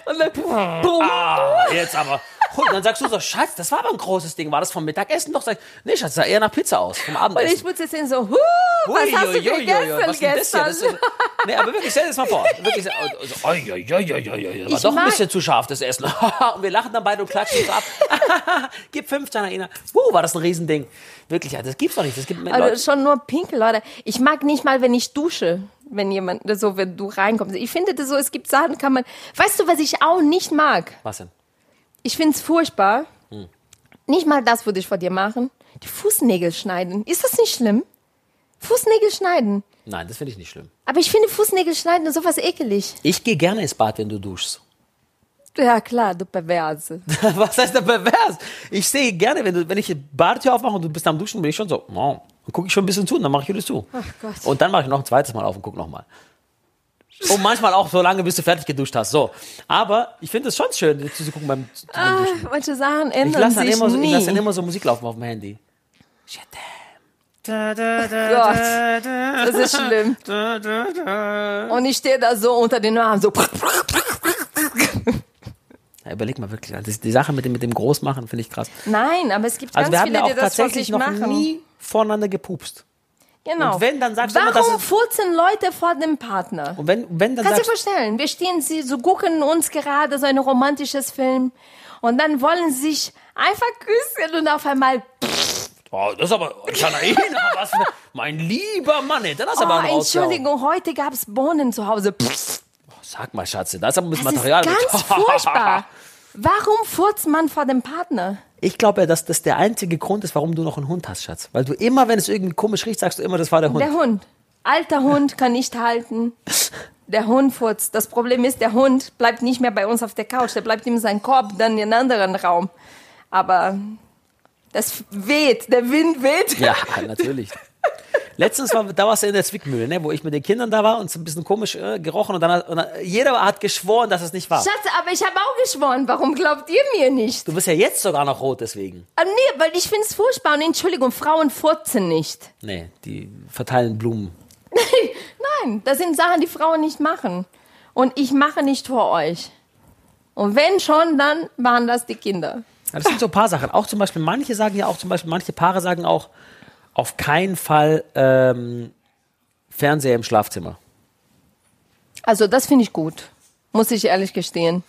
S2: Ah, jetzt aber. Und dann sagst du so, Schatz, das war aber ein großes Ding. War das vom Mittagessen? Doch, sag ich, nee, Schatz, sah eher nach Pizza aus, vom
S1: Und ich
S2: Abendessen.
S1: muss jetzt sehen, so, huh, was
S2: Ui,
S1: hast du
S2: ui, ui, ui, ui,
S1: gegessen
S2: was denn das hier?
S1: gestern?
S2: Das ist so- Nee, aber wirklich, stell dir das mal vor. Wirklich, so, also, ui, ui, ui, ui, ui, ui, war
S1: Ich
S2: doch
S1: mag-
S2: ein bisschen zu scharf, das Essen. [LAUGHS] und wir lachen dann beide und klatschen uns ab. [LAUGHS] Gib fünf, Janaina. Uh, war das ein Riesending. Wirklich, ja, das gibt's doch nicht. Das gibt
S1: Also
S2: Leute,
S1: schon nur Pinkel, Leute. Ich mag nicht mal, wenn ich dusche, wenn jemand so, wenn du reinkommst. Ich finde das so, es gibt Sachen, kann man. Weißt du, was ich auch nicht mag?
S2: was denn?
S1: Ich finde es furchtbar. Nicht mal das würde ich vor dir machen. Die Fußnägel schneiden. Ist das nicht schlimm? Fußnägel schneiden.
S2: Nein, das finde ich nicht schlimm.
S1: Aber ich finde Fußnägel schneiden sowas ekelig.
S2: Ich gehe gerne ins Bad, wenn du duschst.
S1: Ja klar, du Perverse.
S2: [LAUGHS] was heißt denn pervers? Ich sehe gerne, wenn, du, wenn ich die Badtür aufmache und du bist am Duschen, bin ich schon so, wow. Dann gucke ich schon ein bisschen zu und dann mache ich wieder zu.
S1: Ach Gott.
S2: Und dann mache ich noch ein zweites Mal auf und gucke nochmal. Und manchmal auch so lange, bis du fertig geduscht hast. So. Aber ich finde es schon schön, zu gucken beim zu- beim
S1: Ah,
S2: Duschen.
S1: manche Sachen
S2: Ich
S1: ändern
S2: lasse dann,
S1: sich
S2: immer so, ich
S1: nie.
S2: lass dann immer so Musik laufen auf dem Handy. Shit,
S1: Gott, das ist schlimm. Und ich stehe da so unter den Armen, so.
S2: Ja, überleg mal wirklich. Das, die Sache mit dem, mit dem Großmachen finde ich krass.
S1: Nein, aber es gibt
S2: Also
S1: ganz
S2: wir haben
S1: viele,
S2: ja auch
S1: die das
S2: tatsächlich
S1: tatsächlich
S2: noch
S1: machen.
S2: nie voneinander gepupst.
S1: genau.
S2: Und wenn, dann sagst du
S1: Warum
S2: immer, das ist-
S1: furzen Leute vor dem Partner?
S2: Und wenn, wenn dann
S1: Kannst du dir
S2: sagst
S1: vorstellen, wir stehen sie, so gucken uns gerade so ein romantisches Film und dann wollen sie sich einfach küssen und auf einmal
S2: oh, das ist aber, Janaina,
S1: [LAUGHS]
S2: was für, mein lieber Mann, ey, das ist
S1: oh,
S2: aber ein Entschuldigung.
S1: Entschuldigung, heute gab's Bohnen zu Hause. Pff,
S2: Sag mal, Schatze, da ist aber ein bisschen
S1: das ist
S2: Material. mit. [LAUGHS]
S1: ganz furchtbar. Warum furzt man vor dem Partner?
S2: Ich glaube ja, dass das der einzige Grund ist, warum du noch einen Hund hast, Schatz. Weil du immer, wenn es irgendwie komisch riecht, sagst du immer, das war der Hund.
S1: Der Hund. Alter Hund kann nicht halten. Der Hund furzt. Das Problem ist, der Hund bleibt nicht mehr bei uns auf der Couch. Der bleibt in seinem Korb, dann in einem anderen Raum. Aber das weht. Der Wind weht.
S2: Ja, natürlich. Letztens war, da warst du in der Zwickmühle, ne, wo ich mit den Kindern da war und es ein bisschen komisch äh, gerochen und dann, hat- und dann jeder hat geschworen, dass es nicht war.
S1: Schatz, aber ich habe auch geschworen. Warum glaubt ihr mir nicht?
S2: Du bist ja jetzt sogar noch rot deswegen.
S1: Ah, nee, weil ich finde es furchtbar. Und Entschuldigung, Frauen furzen nicht.
S2: Nee, die verteilen Blumen.
S1: Nein, das sind Sachen, die Frauen nicht machen. Und ich mache nicht vor euch. Und wenn schon, dann waren das die Kinder.
S2: Ja, das sind so ein paar Sachen. Auch zum Beispiel, manche sagen ja auch zum Beispiel, manche Paare sagen auch, auf keinen Fall ähm, Fernseher im Schlafzimmer.
S1: Also das finde ich gut, muss ich ehrlich gestehen.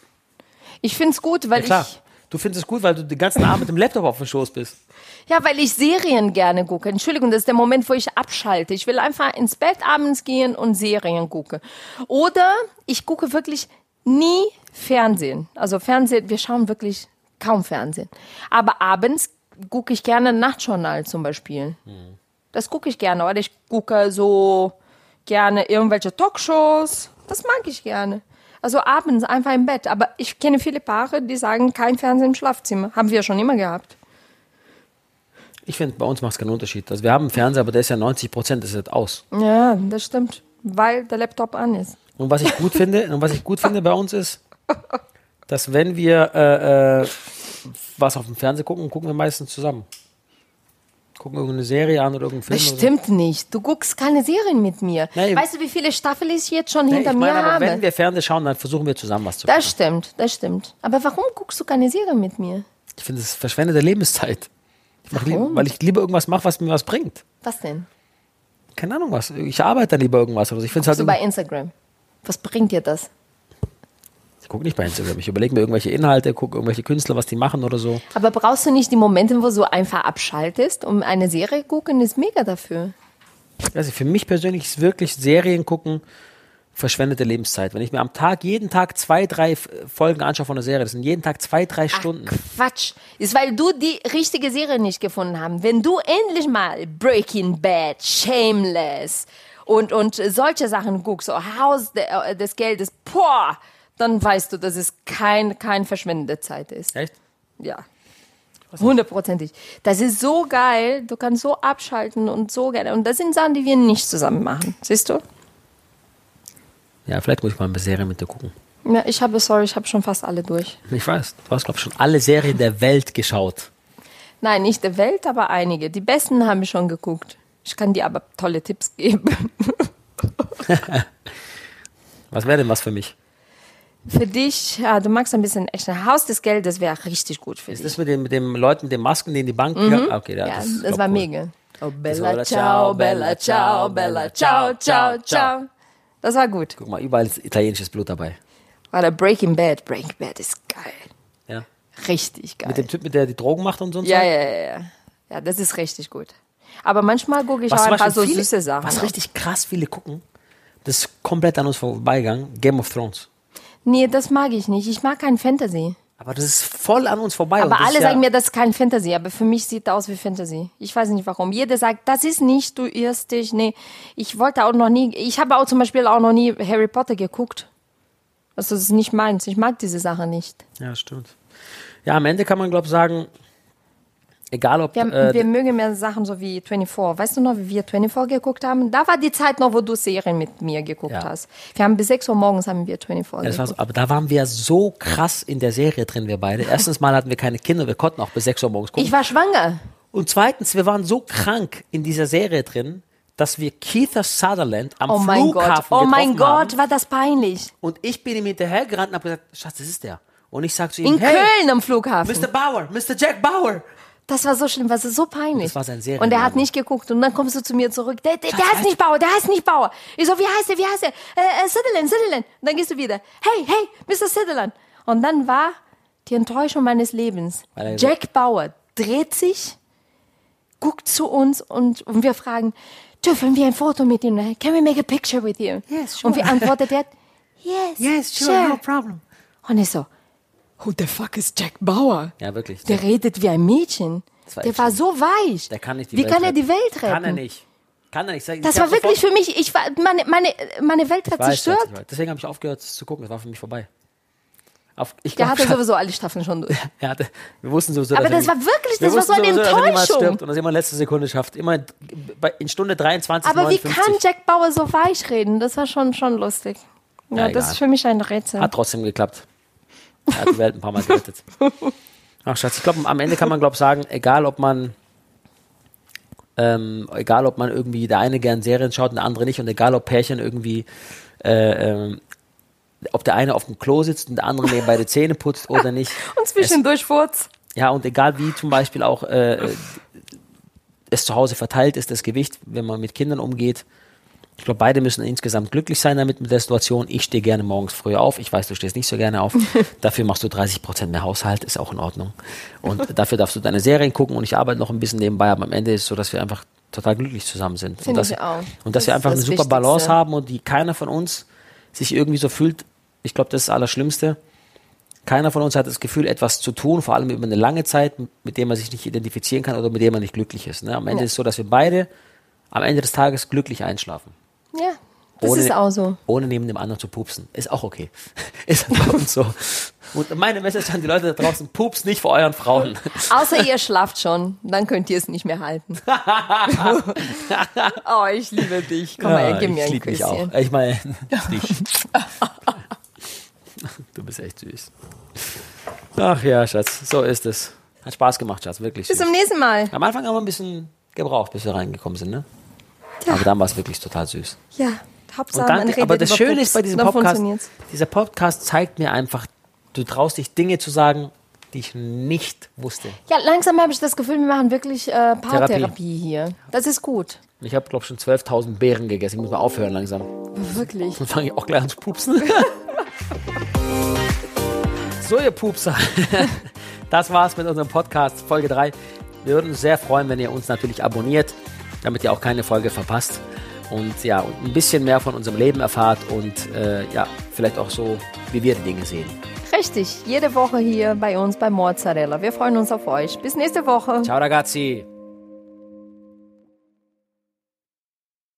S1: Ich finde es gut, weil
S2: Ja, klar.
S1: ich
S2: Du findest es gut, weil du den ganzen Abend mit dem Laptop auf dem Schoß bist.
S1: ja, weil ich Serien gerne gucke. Entschuldigung, das ist der Moment, wo ich abschalte. Ich will einfach ins Bett abends gehen und Serien gucke. Oder ich gucke wirklich nie Fernsehen. Also Fernsehen, wir schauen wirklich kaum Fernsehen. Aber abends gucke ich gerne Nachtjournal zum Beispiel. Das gucke ich gerne. Oder ich gucke so gerne irgendwelche Talkshows. Das mag ich gerne. Also abends einfach im Bett. Aber ich kenne viele Paare, die sagen, kein Fernsehen im Schlafzimmer. Haben wir schon immer gehabt.
S2: Ich finde, bei uns macht es keinen Unterschied. Also wir haben einen Fernseher, aber der ist ja 90 Prozent, das ist halt aus.
S1: Ja, das stimmt. Weil der Laptop an ist.
S2: Und was ich gut finde, und was ich gut finde bei uns ist, dass wenn wir äh, äh, was auf dem Fernseher gucken, gucken wir meistens zusammen. Gucken irgendeine Serie an oder irgendeinen
S1: Das
S2: Film.
S1: stimmt nicht. Du guckst keine Serien mit mir.
S2: Nein.
S1: weißt du, wie viele Staffeln ich jetzt schon
S2: oder so.
S1: hinter
S2: ich
S1: mir
S2: meine, aber
S1: habe?
S2: wenn wir Fernsehen schauen, dann versuchen wir zusammen was zu gucken.
S1: das stimmt, das stimmt. Aber warum guckst du keine Serien mit mir?
S2: Ich finde, das ist verschwendete Lebenszeit. Ich mach lieb,
S1: Warum?
S2: weil ich lieber irgendwas mache, was mir was bringt.
S1: Was denn?
S2: Keine Ahnung was. Ich arbeite dann lieber irgendwas. Oder so. Ich finde es
S1: So
S2: halt.
S1: bei Instagram. Was bringt dir das?
S2: Ich gucke nicht bei Instagram. Ich überlege mir irgendwelche Inhalte, gucke irgendwelche Künstler, was die machen oder so.
S1: Aber brauchst du nicht die Momente, wo du einfach abschaltest, um eine Serie gucken, ist mega dafür.
S2: Also für mich persönlich ist wirklich Serien gucken verschwendete Lebenszeit. Wenn ich mir am Tag jeden Tag zwei, drei F- Folgen anschaue von einer Serie, das sind jeden Tag zwei, drei Stunden.
S1: Quatsch. Ist, weil du die richtige Serie nicht gefunden haben. Wenn du endlich mal Breaking Bad, Shameless und, und solche Sachen guckst, oh, Haus de, äh, des Geldes, boah, dann weißt du, dass es kein, kein verschwendende Zeit ist.
S2: Echt?
S1: Ja. Hundertprozentig. Das ist so geil. Du kannst so abschalten und so gerne. Und das sind Sachen, die wir nicht zusammen machen. Siehst du?
S2: Ja, vielleicht muss ich mal eine Serie mit dir gucken.
S1: Ja, ich habe, sorry, ich habe schon fast alle durch.
S2: Ich weiß. Du hast, glaube ich, schon alle Serien der Welt geschaut.
S1: Nein, nicht der Welt, aber einige. Die besten haben wir schon geguckt. Ich kann dir aber tolle Tipps geben. [LAUGHS]
S2: Was wäre denn was für mich?
S1: Für dich, ja, du magst ein bisschen Action. Haus des Geldes wäre richtig gut für
S2: Ist
S1: dich.
S2: das mit den, mit den Leuten, mit den Masken, die in die Bank mhm. Okay, ja,
S1: Ja,
S2: das,
S1: das,
S2: ist doch
S1: war
S2: cool.
S1: mega. Oh,
S2: war- ciao, bella, ciao, bella, ciao, ciao, ciao.
S1: Das war gut.
S2: Guck mal, überall ist italienisches Blut dabei.
S1: War der Breaking Bad. Breaking Bad ist geil.
S2: Ja.
S1: Richtig geil.
S2: Mit dem Typ, mit der die Drogen macht und so. und
S1: Ja,
S2: so.
S1: ja, ja, ja. Ja, das ist richtig gut. Aber manchmal gucke ich auch
S2: zum
S1: ein paar so
S2: Beispiel viele-
S1: süße Sachen.
S2: Was richtig krass viele gucken, das ist komplett an uns vorbeigegangen. Game of Thrones.
S1: Nee, das mag ich nicht. Ich mag kein Fantasy.
S2: Aber das ist voll an uns vorbei. und
S1: Aber
S2: das
S1: alle
S2: ist ja,
S1: sagen mir, das ist kein Fantasy, aber für mich sieht das aus wie Fantasy. Ich weiß nicht warum. Jeder sagt, das ist nicht, du irrst dich. Nee, ich wollte auch noch nie, ich habe auch zum Beispiel auch noch nie Harry Potter geguckt. Also das ist nicht meins. Ich mag diese Sache nicht.
S2: Ja, stimmt. Ja, am Ende kann man, glaube ich, sagen, egal ob.
S1: Wir,
S2: äh,
S1: wir mögen mehr Sachen so wie 24. Weißt du noch, wie wir 24 geguckt haben? Da war die Zeit noch, wo du Serien mit mir geguckt
S2: Ja.
S1: hast. Wir haben bis 6 Uhr morgens haben wir 24
S2: das
S1: geguckt.
S2: war so, aber da waren wir so krass in der Serie drin, wir beide. Erstens mal hatten wir keine Kinder, wir konnten auch bis 6 Uhr morgens gucken.
S1: Ich war schwanger.
S2: Und zweitens, wir waren so krank in dieser Serie drin, dass wir Keitha Sutherland am
S1: Oh mein Gott.
S2: Flughafen
S1: Oh mein
S2: getroffen haben.
S1: Gott, war das peinlich.
S2: Und ich bin ihm hinterhergerannt und habe gesagt, Schatz, das ist der. Und ich sag zu ihm,
S1: In
S2: hey,
S1: Köln am Flughafen.
S2: Mr. Bauer, Mr. Jack Bauer.
S1: Das war so schlimm, das ist so peinlich.
S2: Das war sein Serienname.
S1: Und er hat nicht geguckt. Und dann kommst du zu mir zurück. Der, der, der heißt nicht Bauer, der heißt nicht Bauer. Ich so, wie heißt er, wie heißt er? Äh, äh, Sutherland, Sutherland. Und dann gehst du wieder. Hey, hey, Mr. Sutherland. Und dann war die Enttäuschung meines Lebens.
S2: Weil er-
S1: Jack Bauer dreht sich, guckt zu uns und, und wir fragen, dürfen wir ein Foto mit ihm? machen? Can we make a picture with you?
S2: Yes, sure.
S1: Und wie antwortet [LAUGHS] er? Yes,
S2: problem.
S1: Und ich so, who the fuck is Jack Bauer?
S2: Ja, wirklich.
S1: Der redet wie ein Mädchen.
S2: war
S1: der
S2: echt
S1: war so weich.
S2: Der kann nicht die
S1: Wie
S2: Welt
S1: kann er
S2: retten.
S1: die Welt retten?
S2: Kann er nicht. Kann er nicht. Ich
S1: Das
S2: hab
S1: war wirklich
S2: sofort-
S1: für mich, ich war, meine, meine, meine Welt war
S2: Ich weiß,
S1: zerstört.
S2: ich weiß. Deswegen habe ich aufgehört es zu gucken. Das war für mich vorbei. Auf, ich
S1: Der
S2: glaub,
S1: hatte
S2: Schatz,
S1: sowieso alle Staffeln schon durch.
S2: [LAUGHS] er hatte, wir wussten sowieso,
S1: Aber
S2: dass er
S1: das
S2: nie-
S1: war wirklich,
S2: wir
S1: das war so
S2: wussten
S1: eine
S2: sowieso, dass er niemals
S1: Enttäuschung.
S2: stirbt und dass er immer letzte Sekunde schafft. Immer bei- in Stunde 23,
S1: Aber wie
S2: 59.
S1: kann Jack Bauer so weich reden? Das war schon, schon lustig.
S2: Ja,
S1: Ja,
S2: egal.
S1: das ist für mich ein Rätsel.
S2: Hat trotzdem geklappt. Er hat die Welt ein paar Mal gerettet. Ach Schatz, ich glaube, am Ende kann man glaube sagen, egal ob man ähm, egal ob man irgendwie der eine gern Serien schaut und der andere nicht und egal ob Pärchen irgendwie äh, ähm, ob der eine auf dem Klo sitzt und der andere nebenbei die Zähne putzt oder nicht.
S1: und zwischendurch Furz.
S2: Ja, und egal wie zum Beispiel auch äh, es zu Hause verteilt ist, das Gewicht, wenn man mit Kindern umgeht. Ich glaube, beide müssen insgesamt glücklich sein damit mit der Situation. Ich stehe gerne morgens früh auf. Ich weiß, du stehst nicht so
S1: [LAUGHS]
S2: gerne auf. Dafür machst du 30 Prozent mehr Haushalt, ist auch in Ordnung. Und dafür darfst du deine Serien gucken und ich arbeite noch ein bisschen nebenbei. Aber am Ende ist es so, dass wir einfach total glücklich zusammen sind. und
S1: Finde
S2: dass,
S1: ich auch.
S2: Und dass
S1: Das
S2: wir
S1: ist
S2: einfach
S1: das
S2: eine super Balance
S1: Wichtigste.
S2: haben und die keiner von uns sich irgendwie so fühlt. Ich glaube, das ist das Allerschlimmste. Keiner von uns hat das Gefühl, etwas zu tun, vor allem über eine lange Zeit, mit dem man sich nicht identifizieren kann oder mit dem man nicht glücklich ist. Ne? Am Ende
S1: Ja.
S2: ist es so, dass wir beide am Ende des Tages glücklich einschlafen.
S1: Ja, das
S2: Ohne-
S1: ist auch so.
S2: [LAUGHS]
S1: [LAUGHS]
S2: Ohne neben dem anderen zu pupsen. Ist auch okay. Ist halt bei uns so. Und meine Message an die Leute da draußen, pups nicht vor euren Frauen.
S1: Außer ihr schlaft schon, dann könnt ihr es nicht mehr
S2: [LAUGHS]
S1: halten. oh, ich liebe dich. Komm mal, gib mir
S2: ich
S1: ein
S2: liebe dich
S1: Küsschen.
S2: auch. Ich meine, [LAUGHS]
S1: [LAUGHS]
S2: dich. Du bist echt süß. Ach ja, Schatz, so ist es. Hat Spaß gemacht, Schatz, wirklich.
S1: Bis
S2: Süß.
S1: zum nächsten Mal.
S2: Am Anfang haben wir ein bisschen gebraucht, bis wir reingekommen sind, ne?
S1: Ja.
S2: Aber dann war es wirklich total süß.
S1: Ja, Hauptsache,
S2: Und dann,
S1: man redet
S2: aber das
S1: über
S2: Schöne
S1: Pups.
S2: ist bei diesem
S1: dann
S2: Podcast,
S1: funktioniert's.
S2: dieser Podcast zeigt mir einfach, du traust dich Dinge zu sagen, die ich nicht wusste.
S1: Ja, langsam habe ich das Gefühl, wir machen wirklich äh, Paartherapie
S2: Therapie.
S1: hier. Das ist gut.
S2: Ich habe, glaube ich, schon 12.000 Beeren gegessen. Ich muss mal aufhören langsam.
S1: Wirklich.
S2: Dann fange ich auch gleich an zu pupsen. [LAUGHS] so, ihr Pupser. [LAUGHS] Das war's mit unserem Podcast, Folge 3. Wir würden uns sehr freuen, wenn ihr uns natürlich abonniert, damit ihr auch keine Folge verpasst. Und ja, und ein bisschen mehr von unserem Leben erfahrt und äh, ja, vielleicht auch so, wie wir die Dinge sehen.
S1: Richtig. Jede Woche hier bei uns bei Mozzarella. Wir freuen uns auf euch. Bis nächste Woche.
S2: Ciao, ragazzi.